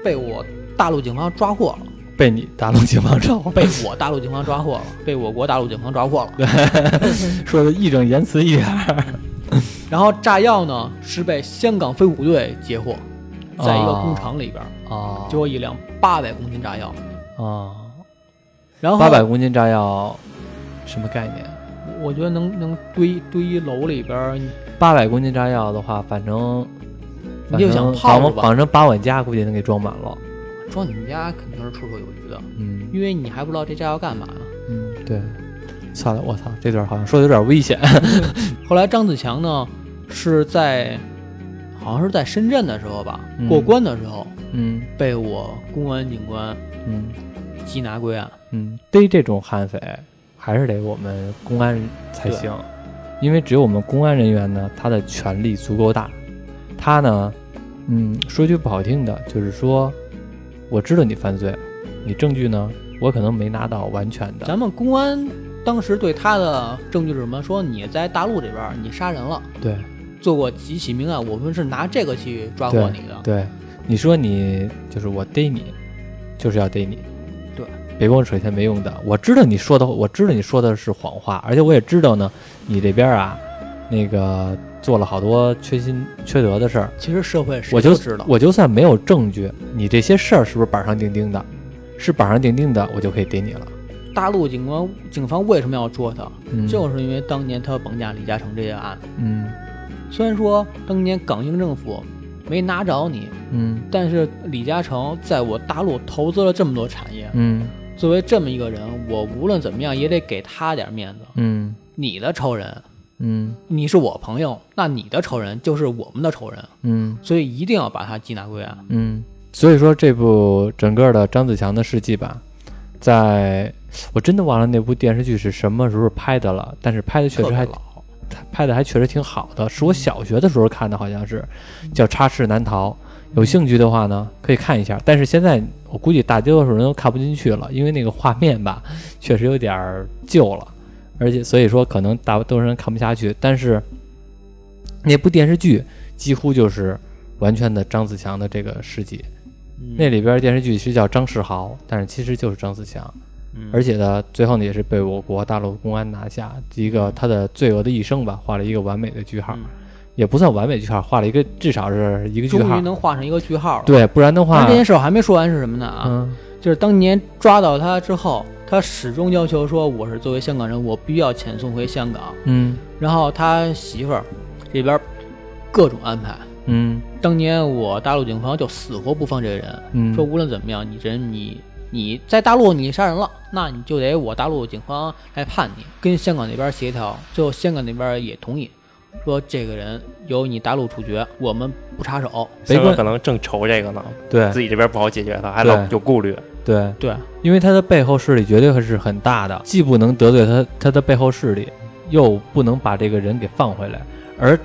C: 被我大陆警方抓获了，，
A: 被你大陆警方抓获，
C: 被我大陆警方抓获了，被我国大陆警方抓获了。
A: 说的义正言辞一点儿。
C: 然后炸药呢是被香港飞虎队截获，
A: 啊
C: 在一个工厂里边儿
A: 哦
C: 截获一辆八百公斤炸药。
A: 哦，
C: 然后
A: 八百，公斤炸药，什么概念？啊
C: 我觉得能能堆堆一楼里边儿，
A: 八百公斤炸药的话，反正
C: 你就想泡
A: 反
C: 着
A: 正
C: 吧
A: 反正八碗家估计能给装满了。
C: 装你们家肯定是绰绰有余的，
A: 嗯
C: 因为你还不知道这炸药干嘛呢。
A: 嗯，对。算了，我操，这段好像说的有点危险。
C: 后来张子强呢是在好像是在深圳的时候吧，
A: 嗯
C: 过关的时候
A: 嗯
C: 被我公安警官
A: 嗯
C: 缉拿归案。
A: 嗯，逮这种悍匪还是得我们公安才行，因为只有我们公安人员呢，他的权力足够大，他呢，嗯，说句不好听的，就是说，我知道你犯罪，你证据呢，我可能没拿到完全的，
C: 咱们公安当时对他的证据是什么？说你在大陆这边儿你杀人了，
A: 对
C: 做过几起命案，我们是拿这个去抓获你的。
A: 对，你说你就是我逮你，就是要逮你，
C: 对，
A: 别跟我扯一些没用的，我知道你说的，我知道你说的是谎话，而且我也知道呢，你这边啊，那个做了好多缺心缺德的事儿。
C: 其实社会谁
A: 我
C: 都
A: 就
C: 知道，
A: 我就算没有证据，你这些事儿是不是板上钉钉的？是板上钉钉的，我就可以逮你了。
C: 大陆警官警方为什么要捉他，
A: 嗯，
C: 就是因为当年他绑架李嘉诚这件案。
A: 嗯
C: 虽然说当年港英政府没拿着你，
A: 嗯
C: 但是李嘉诚在我大陆投资了这么多产业，
A: 嗯
C: 作为这么一个人，我无论怎么样也得给他点面子。
A: 嗯
C: 你的仇人，
A: 嗯
C: 你是我朋友，那你的仇人就是我们的仇人，
A: 嗯
C: 所以一定要把他缉拿归案。
A: 嗯。所以说，这部整个的张子强的事迹吧，在我真的忘了那部电视剧是什么时候拍的了，但是拍的确
C: 特
A: 实
C: 别
A: 还
C: 老
A: 他拍的还确实挺好的，是我小学的时候看的，好像是叫《插翅难逃》。有兴趣的话呢，可以看一下。但是现在我估计大多数人都看不进去了，因为那个画面吧，确实有点儿旧了，而且所以说可能大多数人看不下去。但是那部电视剧几乎就是完全的张子强的这个事迹。
C: 嗯
A: 那里边电视剧是叫张世豪，但是其实就是张子强。
C: 嗯
A: 而且呢，最后呢也是被我国大陆公安拿下，一个他的罪恶的一生吧，画了一个完美的句号，
C: 嗯
A: 也不算完美句号，画了一个至少是一个句
C: 终于
A: 号，
C: 能画上一个句号了。
A: 对，不然的
C: 但
A: 话
C: 是这，件事我还没说完是什么呢啊？
A: 嗯
C: 就是当年抓到他之后，他始终要求说我是作为香港人，我必须要遣送回香港。
A: 嗯
C: 然后他媳妇儿这边各种安排。
A: 嗯
C: 当年我大陆警方就死活不放这个人，
A: 嗯，
C: 说无论怎么样，你人你你在大陆你杀人了，那你就得我大陆警方来判你，跟香港那边协调，最后香港那边也同意，说这个人由你大陆处决，我们不插手。
A: 北
B: 香港
A: 关
B: 可能正愁这个呢，
A: 对
B: 自己这边不好解决他，还老
A: 对
B: 有顾虑。
A: 对，
C: 对，
A: 因为他的背后势力绝对是很大的，既不能得罪他他的背后势力，又不能把这个人给放回来，而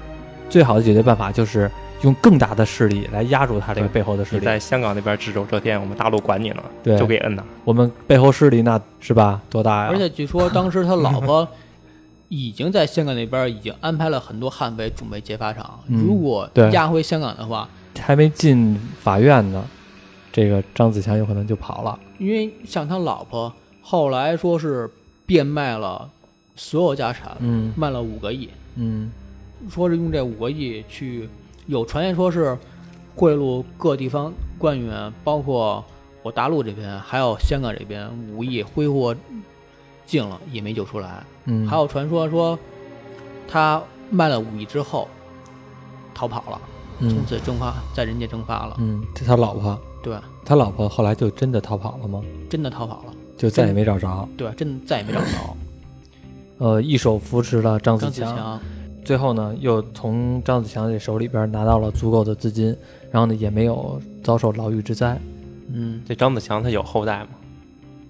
A: 最好的解决办法就是用更大的势力来压住他这个
B: 对
A: 背后的势
B: 你
A: 力，
B: 在香港那边只手遮天，我们大陆管你呢，
A: 对
B: 就给摁呐。
A: 我们背后势力那是吧多大呀？
C: 而且据说当时 他老婆已经在香港那边已经安排了很多悍匪准备劫法场，
A: 嗯
C: 如果
A: 对
C: 押回香港的话，
A: 还没进法院呢，这个张子强有可能就跑了。
C: 因为像他老婆后来说是变卖了所有家产，
A: 嗯
C: 卖了五个亿，
A: 嗯
C: 说是用这五个亿去，有传言说是贿赂各地方官员，包括我大陆这边，还有香港这边，五亿挥霍尽了也没救出来。
A: 嗯
C: 还有传说说他卖了五亿之后逃跑了，从
A: 嗯
C: 此蒸发在人间蒸发了，
A: 嗯，这他老婆，
C: 对，
A: 他老婆后来就真的逃跑了吗？
C: 真的逃跑了，
A: 就再也没找着。
C: 对，真的再也没找着
A: 呃，一手扶持了张子
C: 张子
A: 强，
C: 强。
A: 最后呢，又从张子强这手里边拿到了足够的资金，然后呢，也没有遭受牢狱之灾，
C: 嗯，
B: 这张子强他有后代吗？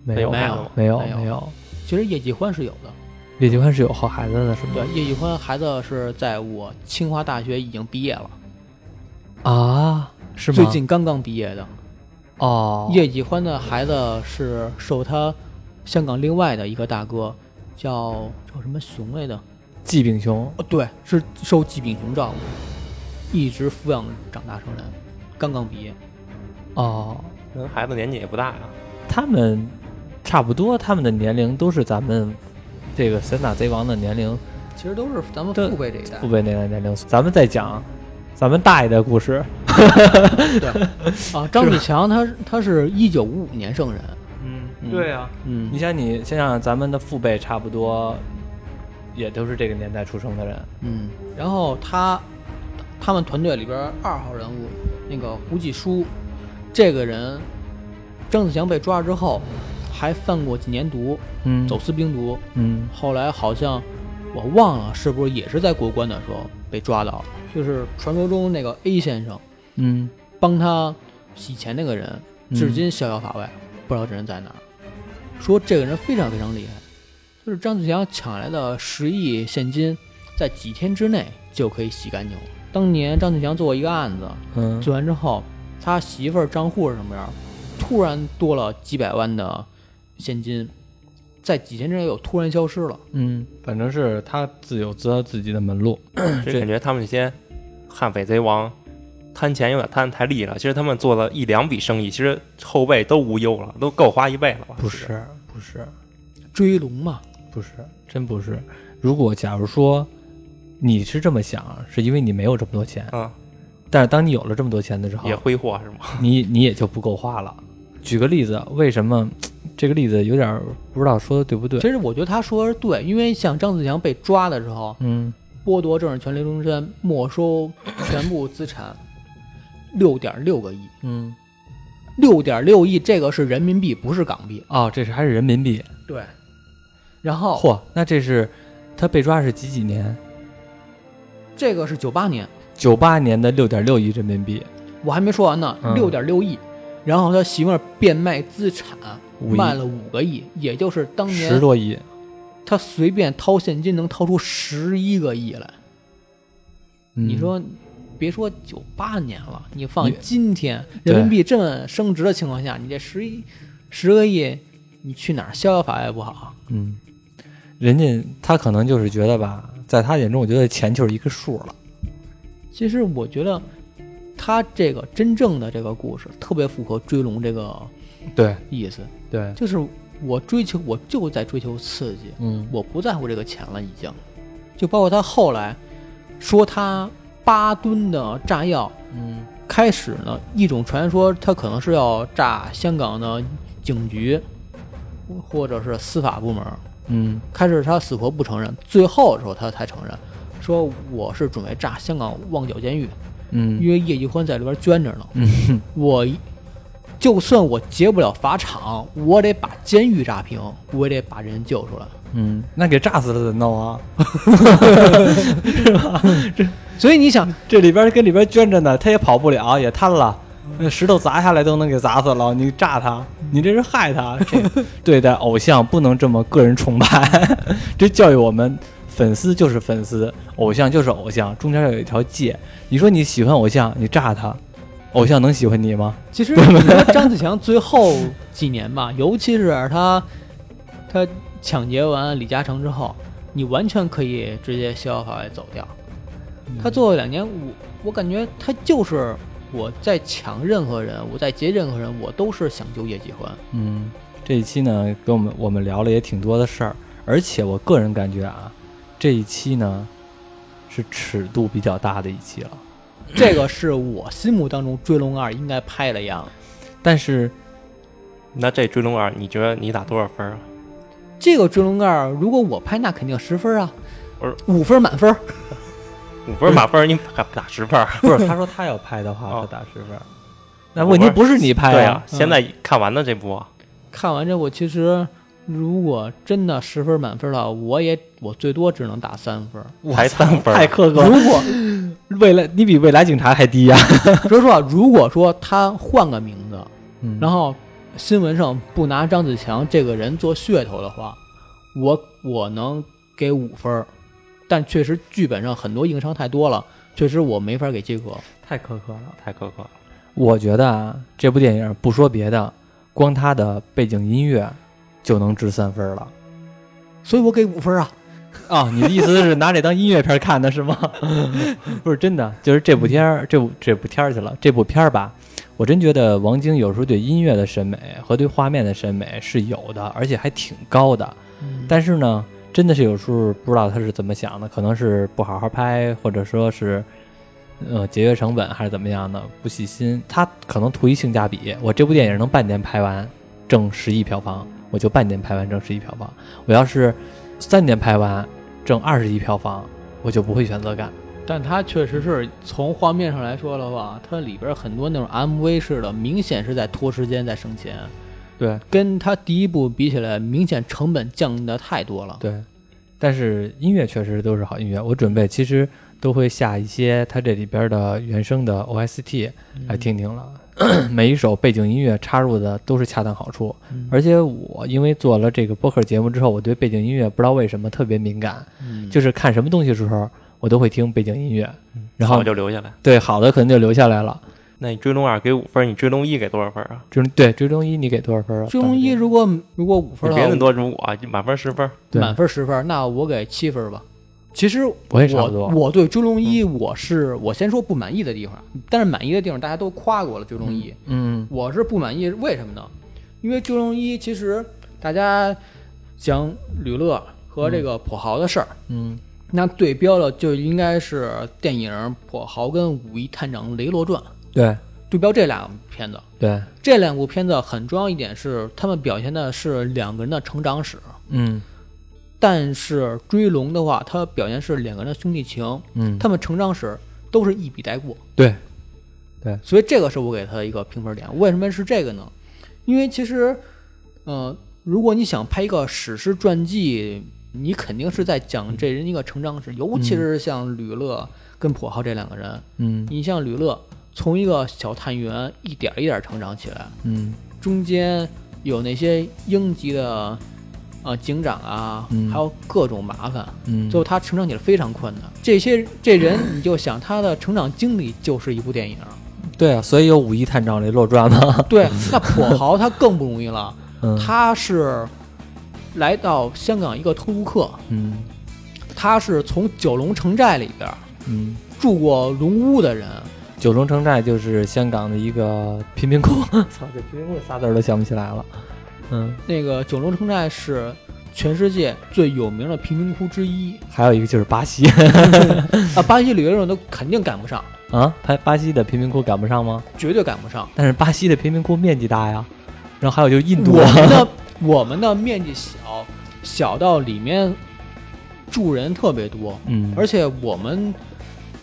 A: 没有
B: 没有
A: 没有
C: 没有
A: 没有。
C: 其实叶继欢是有的，
A: 李继欢是有后孩子的，是吗？
C: 对，叶继欢孩子是在我清华大学已经毕业了，
A: 啊，是吗？
C: 最近刚刚毕业的。
A: 哦，
C: 叶继欢的孩子是受他香港另外的一个大哥叫叫什么雄来的，
A: 季炳雄
C: 哦，对，是受季炳雄照顾，一直抚养长大成人，刚刚毕业。
A: 哦，
B: 人孩子年纪也不大呀、
A: 他们差不多，他们的年龄都是咱们这个《神打贼王》的年龄，
C: 其实都是咱们
A: 对
C: 父辈这一代
A: 父，辈那代年龄。咱们再讲咱们大一代故事，
C: 对 啊。张子强他他是一九五五年生人，
A: 嗯
C: 对
A: 啊。
C: 嗯
A: 你想你，想想咱们的父辈差不多，也都是这个年代出生的人。
C: 嗯，然后他他们团队里边二号人物那个胡继书，这个人，张子强被抓之后，还贩过几年毒，
A: 嗯
C: 走，私冰毒，
A: 嗯
C: 后来好像我忘了是不是也是在过关的时候被抓到了，就是传说中那个 A 先生
A: 嗯，
C: 帮他洗钱那个人，
A: 嗯
C: 至今逍遥法外，不知道这人在哪儿。说这个人非常非常厉害，就是张子强抢来的十亿现金，在几天之内就可以洗干净了。当年张子强做过一个案子，
A: 嗯，
C: 做完之后，他媳妇儿账户上面突然多了几百万的现金，在几天之内又突然消失了。
A: 嗯，反正是他自有自自己的门路。
B: 其
A: 这
B: 实感觉他们这些悍匪贼王贪钱有点贪太厉害了。其实他们做了一两笔生意，其实后辈都无忧了，都够花一辈子了。
A: 不是，不是，
C: 追龙嘛，
A: 不是，真不是。如果假如说你是这么想，是因为你没有这么多钱，
B: 嗯，
A: 但是啊当你有了这么多钱的时候
B: 也，挥霍是吗？
A: 你你也就不够花了。举个例子，为什么这个例子有点儿不知道说的对不对
C: 其？实我觉得他说的是对，因为像张子强被抓的时候，
A: 嗯
C: 剥夺政治权利终身，没收全部资产，六点六个亿，
A: 嗯，
C: 六点六亿，这个是人民币，不是港币。
A: 哦，这是还是人民币？哦
C: 对，然后
A: 嚯、那这是他被抓是几几年？
C: 这个是九八年，
A: 九八年的六点六亿人民币。
C: 我还没说完呢
A: 嗯，
C: 六点六亿，然后他媳妇儿变卖资产
A: 五亿
C: 卖了五个亿，也就是当
A: 十
C: 年
A: 多亿，
C: 他随便掏现金能掏出十一个亿来。
A: 嗯
C: 你说，别说九八年了，你放
A: 你
C: 今天
A: 对
C: 人民币这么升值的情况下，你这十一十个亿，你去哪儿消消法也不好。
A: 嗯，人家他可能就是觉得吧，在他眼中，我觉得钱就是一个数了。
C: 其实我觉得，他这个真正的这个故事特别符合追龙这个
A: 对
C: 意思，
A: 对，
C: 就是我追求，我就在追求刺激，
A: 嗯
C: 我不在乎这个钱了，已经。就包括他后来说他八吨的炸药，
A: 嗯
C: 开始呢，一种传说他可能是要炸香港的警局，或者是司法部门。
A: 嗯
C: 开始他死活不承认，最后的时候他才承认，说我是准备炸香港旺角监狱，
A: 嗯
C: 因为叶继欢在里边捐着呢。
A: 嗯
C: 我就算我结不了法场，我得把监狱炸平，我也得把人救出来。
A: 嗯，那给炸死了怎么弄啊？
C: 所以你想，
A: 这里边跟里边圈着呢，他也跑不了，也瘫了。那石头砸下来都能给砸死了，你炸他，你这是害 他。这对待偶像不能这么个人崇拜， 这教育我们粉丝就是粉丝，偶像就是偶像，中间要有一条界。你说你喜欢偶像，你炸他，偶像能喜欢你吗？
C: 其实你说张子强最后几年吧， 尤其是他他抢劫完李嘉诚之后，你完全可以直接逍遥法外走掉。他最后两年，我我感觉他就是我在抢任何人，我在劫任何人，我都是想救叶继欢。
A: 嗯，这一期呢，跟我们我们聊了也挺多的事儿，而且我个人感觉啊，这一期呢是尺度比较大的一期了。
C: 这个是我心目当中《追龙二》应该拍的样子。
A: 但是，
B: 那这《追龙二》，你觉得你打多少分啊？
C: 这个《追龙二》如果我拍，那肯定十分啊
B: 不是，
C: 五分满分儿。
B: 五分满分，你打打十分儿？啊
A: 不是他说他要拍的话，
B: 哦
A: 他打十分。那问题不是你拍啊
B: 对
A: 呀嗯
B: 呀，，现在看完的这部啊，
C: 看完这，我其实如果真的十分满分了，我也我最多只能打三分。
B: 才三
A: 太
B: 分儿。啊
A: 苛刻
C: 如
A: 了。
C: 果
A: 未来你比未来警察还低啊呀。
C: 说实话，如果说他换个名字，
A: 嗯
C: 然后新闻上不拿张子强这个人做噱头的话，我我能给五分儿，但确实剧本上很多硬伤太多了，确实我没法给及格。
A: 太苛刻了。
B: 太苛刻了，
A: 我觉得啊，这部电影不说别的，光它的背景音乐就能值三分了。
C: 所以我给五分啊。
A: 啊，你的意思是拿这当音乐片看的是吗？ 不是真的，就是这部片儿，这部这部片儿去了。这部片儿吧，我真觉得王晶有时候对音乐的审美和对画面的审美是有的，而且还挺高的。但是呢，真的是有时候不知道他是怎么想的，可能是不好好拍，或者说是呃节约成本，还是怎么样的，不细心。他可能图一性价比，我这部电影能半年拍完挣十亿票房，我就半年拍完挣十亿票房。我要是三年拍完挣二十亿票房，我就不会选择干。
C: 但它确实是从画面上来说的话，它里边很多那种 MV 式的，明显是在拖时间，在省钱，
A: 对
C: 跟它第一部比起来，明显成本降的太多了。
A: 对，但是音乐确实都是好音乐。我准备其实都会下一些它这里边的原声的 OST
C: 嗯
A: 来听听了。 每一首背景音乐插入的都是恰当好处，
C: 嗯
A: 而且我因为做了这个播客节目之后，我对背景音乐不知道为什么特别敏感，
C: 嗯，
A: 就是看什么东西的时候，我都会听背景音乐，然
B: 好
A: 后
B: 我就留下来。
A: 对好的可能就留下来了。
B: 那你《追龙二》给五分，你《追龙一》给多少分啊？
A: 追对追踪一你给多少分啊？
C: 追龙一
A: 当时
C: 如果如果五
B: 你
C: 分的
B: 别那么多，
C: 话，
B: 如果啊满分十分，
A: 对
C: 满分十分，那我给七分吧。其实
A: 我也差不
C: 我
A: 多，嗯
C: 我对追龙一我是我先说不满意的地方，啊但是满意的地方大家都夸过了追龙一，
A: 嗯
C: 我是不满意，为什么呢？因为追龙一其实大家讲吕乐和这个跛豪的事儿，
A: 嗯
C: 那对标的就应该是电影《跛豪》跟《五一探长雷洛传》
A: 对
C: 对标这两部片子。
A: 对
C: 这两部片子很重要一点是，他们表现的是两个人的成长史，
A: 嗯
C: 但是《追龙》的话，它表现是两个人的兄弟情，
A: 嗯
C: 他们成长史都是一笔带过。
A: 对
C: 所以这个是我给他的一个评分点。为什么是这个呢？因为其实，呃，如果你想拍一个史诗传记，你肯定是在讲这人一个成长史，尤其是像吕乐跟跛豪这两个人。
A: 嗯
C: 你像吕乐从一个小探员一点儿一点儿成长起来，
A: 嗯
C: 中间有那些英籍的呃警长啊，
A: 嗯
C: 还有各种麻烦，
A: 嗯，
C: 最后他成长起来非常困难。这些这人， 你就想他的成长经历就是一部电影，
A: 对啊，所以有《五一探长》这洛传嘛，
C: 对，那跛豪他更不容易了，
A: 嗯，
C: 他是来到香港一个偷渡客，
A: 嗯
C: 他是从九龙城寨里边儿
A: 嗯，
C: 住过龙屋的人，
A: 九龙城寨就是香港的一个贫民窟， 操，这贫民窟仨字儿都想不起来了，嗯，
C: 那个九龙城寨是全世界最有名的贫民窟 之一
A: 还有一个就是巴西
C: 啊，巴西旅游人都肯定赶不上，
A: 啊，巴巴西的贫民窟赶不上吗？
C: 绝对赶不上。
A: 但是巴西的贫民窟面积大呀，然后还有就是印度
C: 我
A: 啊，
C: 们的我们的面积小，小到里面住人特别多，
A: 嗯，
C: 而且我们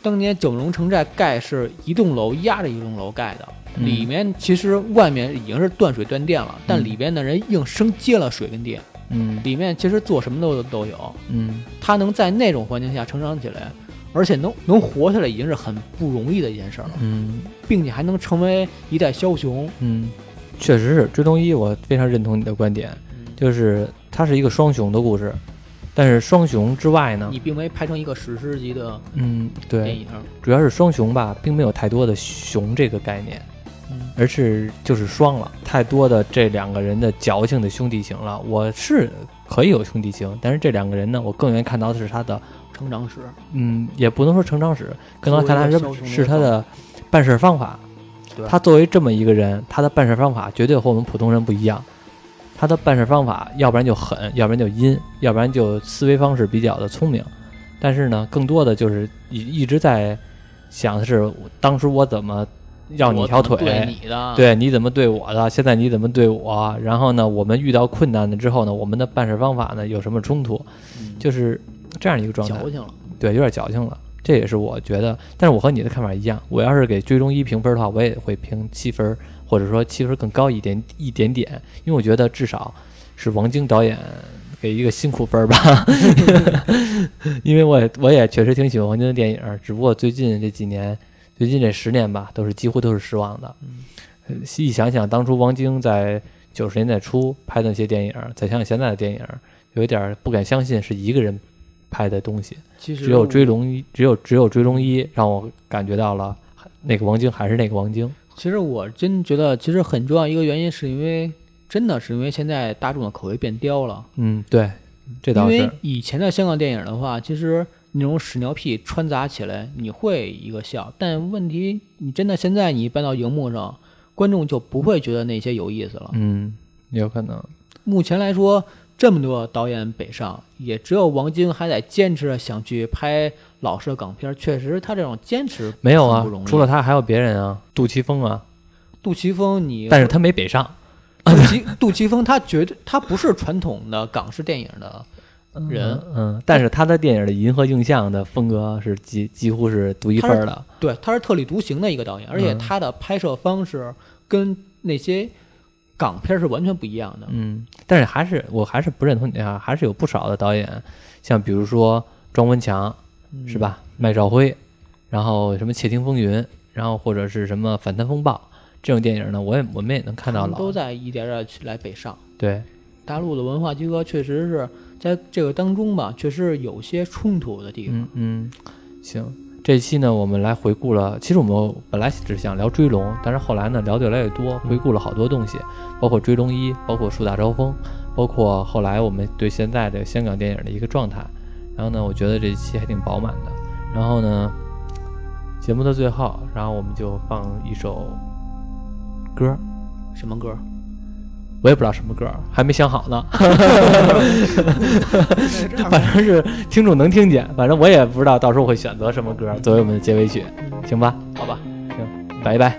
C: 当年九龙城寨盖是一栋楼压着一栋楼盖的，
A: 嗯
C: 里面其实外面已经是断水断电了，但
A: 嗯
C: 里边的人硬生接了水跟电，
A: 嗯
C: 里面其实做什么都都有。
A: 嗯
C: 他能在那种环境下成长起来，而且能能活下来已经是很不容易的一件事儿了，
A: 嗯
C: 并且还能成为一代枭雄。
A: 嗯，确实是追踪一，我非常认同你的观点，就是它是一个双雄的故事，但是双雄之外呢
C: 你，并没拍成一个史诗级的
A: 嗯，
C: 电
A: 对，
C: 影，
A: 主要是双雄吧，并没有太多的雄这个概念，
C: 嗯，
A: 而是就是双了，太多的这两个人的矫情的兄弟情了。我是可以有兄弟情，但是这两个人呢，我更愿意看到的是他的，
C: 成长史。
A: 嗯，也不能说成长史，更多
C: 作为
A: 看他
C: 一个枭
A: 是
C: 雄
A: 是
C: 的
A: 他的办事方法。
C: 对
A: 他作为这么一个人，他的办事方法绝对和我们普通人不一样。他的办事方法，要不然就狠，要不然就阴，要不然就思维方式比较的聪明。但是呢，更多的就是一一直在想的是，当时我怎么让你一条腿，
C: 我怎么对你的，，
A: 对，你怎么对我的？现在你怎么对我？然后呢，我们遇到困难了之后呢，我们的办事方法呢有什么冲突？
C: 嗯
A: 就是这样一个状态
C: 矫，情了。
A: 对，有点矫情了。这也是我觉得，但是我和你的看法一样，我要是给追踪一评分的话，我也会评七分，或者说七分更高一点一点点，因为我觉得至少是王晶导演给一个辛苦分儿吧，因为我也我也确实挺喜欢王晶的电影，只不过最近这几年，最近这十年吧，都是几乎都是失望的。呃细想想，当初王晶在九十年代初拍的那些电影，再想想现在的电影，有一点儿不敢相信是一个人拍的东西。
C: 其实
A: 只有追，龙一，只有只有追龙一让我感觉到了那个王晶还是那个王晶。
C: 其实我真觉得，其实很重要一个原因是因为，真的是因为现在大众的口味变刁了。
A: 嗯，对，这
C: 因
A: 倒
C: 为
A: 是。
C: 以前的香港电影的话，其实那种屎尿屁穿杂起来，你会一个笑，但问题你真的现在你搬到荧幕上，观众就不会觉得那些有意思了。
A: 嗯，有可能。
C: 目前来说，这么多导演北上，也只有王晶还在坚持着想去拍老式的港片儿。确实，他这种坚持
A: 没有
C: 很
A: 啊
C: 不容，易
A: 除了他还有别人啊，杜琪峰啊，
C: 杜琪峰你，
A: 但是他没北上。
C: 杜琪杜琪峰他绝对他不是传统的港式电影的人，
A: 嗯，嗯，但是他的电影的银河映像的风格是几几乎是独一份儿的。
C: 对，他是特立独行的一个导演，而且
A: 嗯
C: 他的拍摄方式跟那些港片儿是完全不一样的。
A: 嗯，但是还是我还是不认同你啊，还是有不少的导演，像比如说庄文强，
C: 嗯
A: 是？吧？麦兆辉，然后什么《窃听风云》，然后或者是什么《反贪风暴》这种电影呢，我也我们也能看到
C: 他们
A: 老
C: 都在一点点去来北上，
A: 对，
C: 大陆的文化集合确实是在这个当中吧，确实有些冲突的地方。
A: 嗯嗯，行。这期呢，我们来回顾了。其实我们本来只想聊追龙，但是后来呢，聊得越来越多，回顾了好多东西，包括追龙一，包括树大招风，包括后来我们对现在的香港电影的一个状态。然后呢，我觉得这一期还挺饱满的。然后呢，节目的最后，然后我们就放一首歌儿，
C: 什么歌？
A: 我也不知道什么歌儿，还没想好呢。
C: 嗯
A: 反正是听众能听见，反正我也不知道到时候会选择什么歌儿作为我们的结尾曲，行吧？
C: 好吧。
A: 行，拜拜。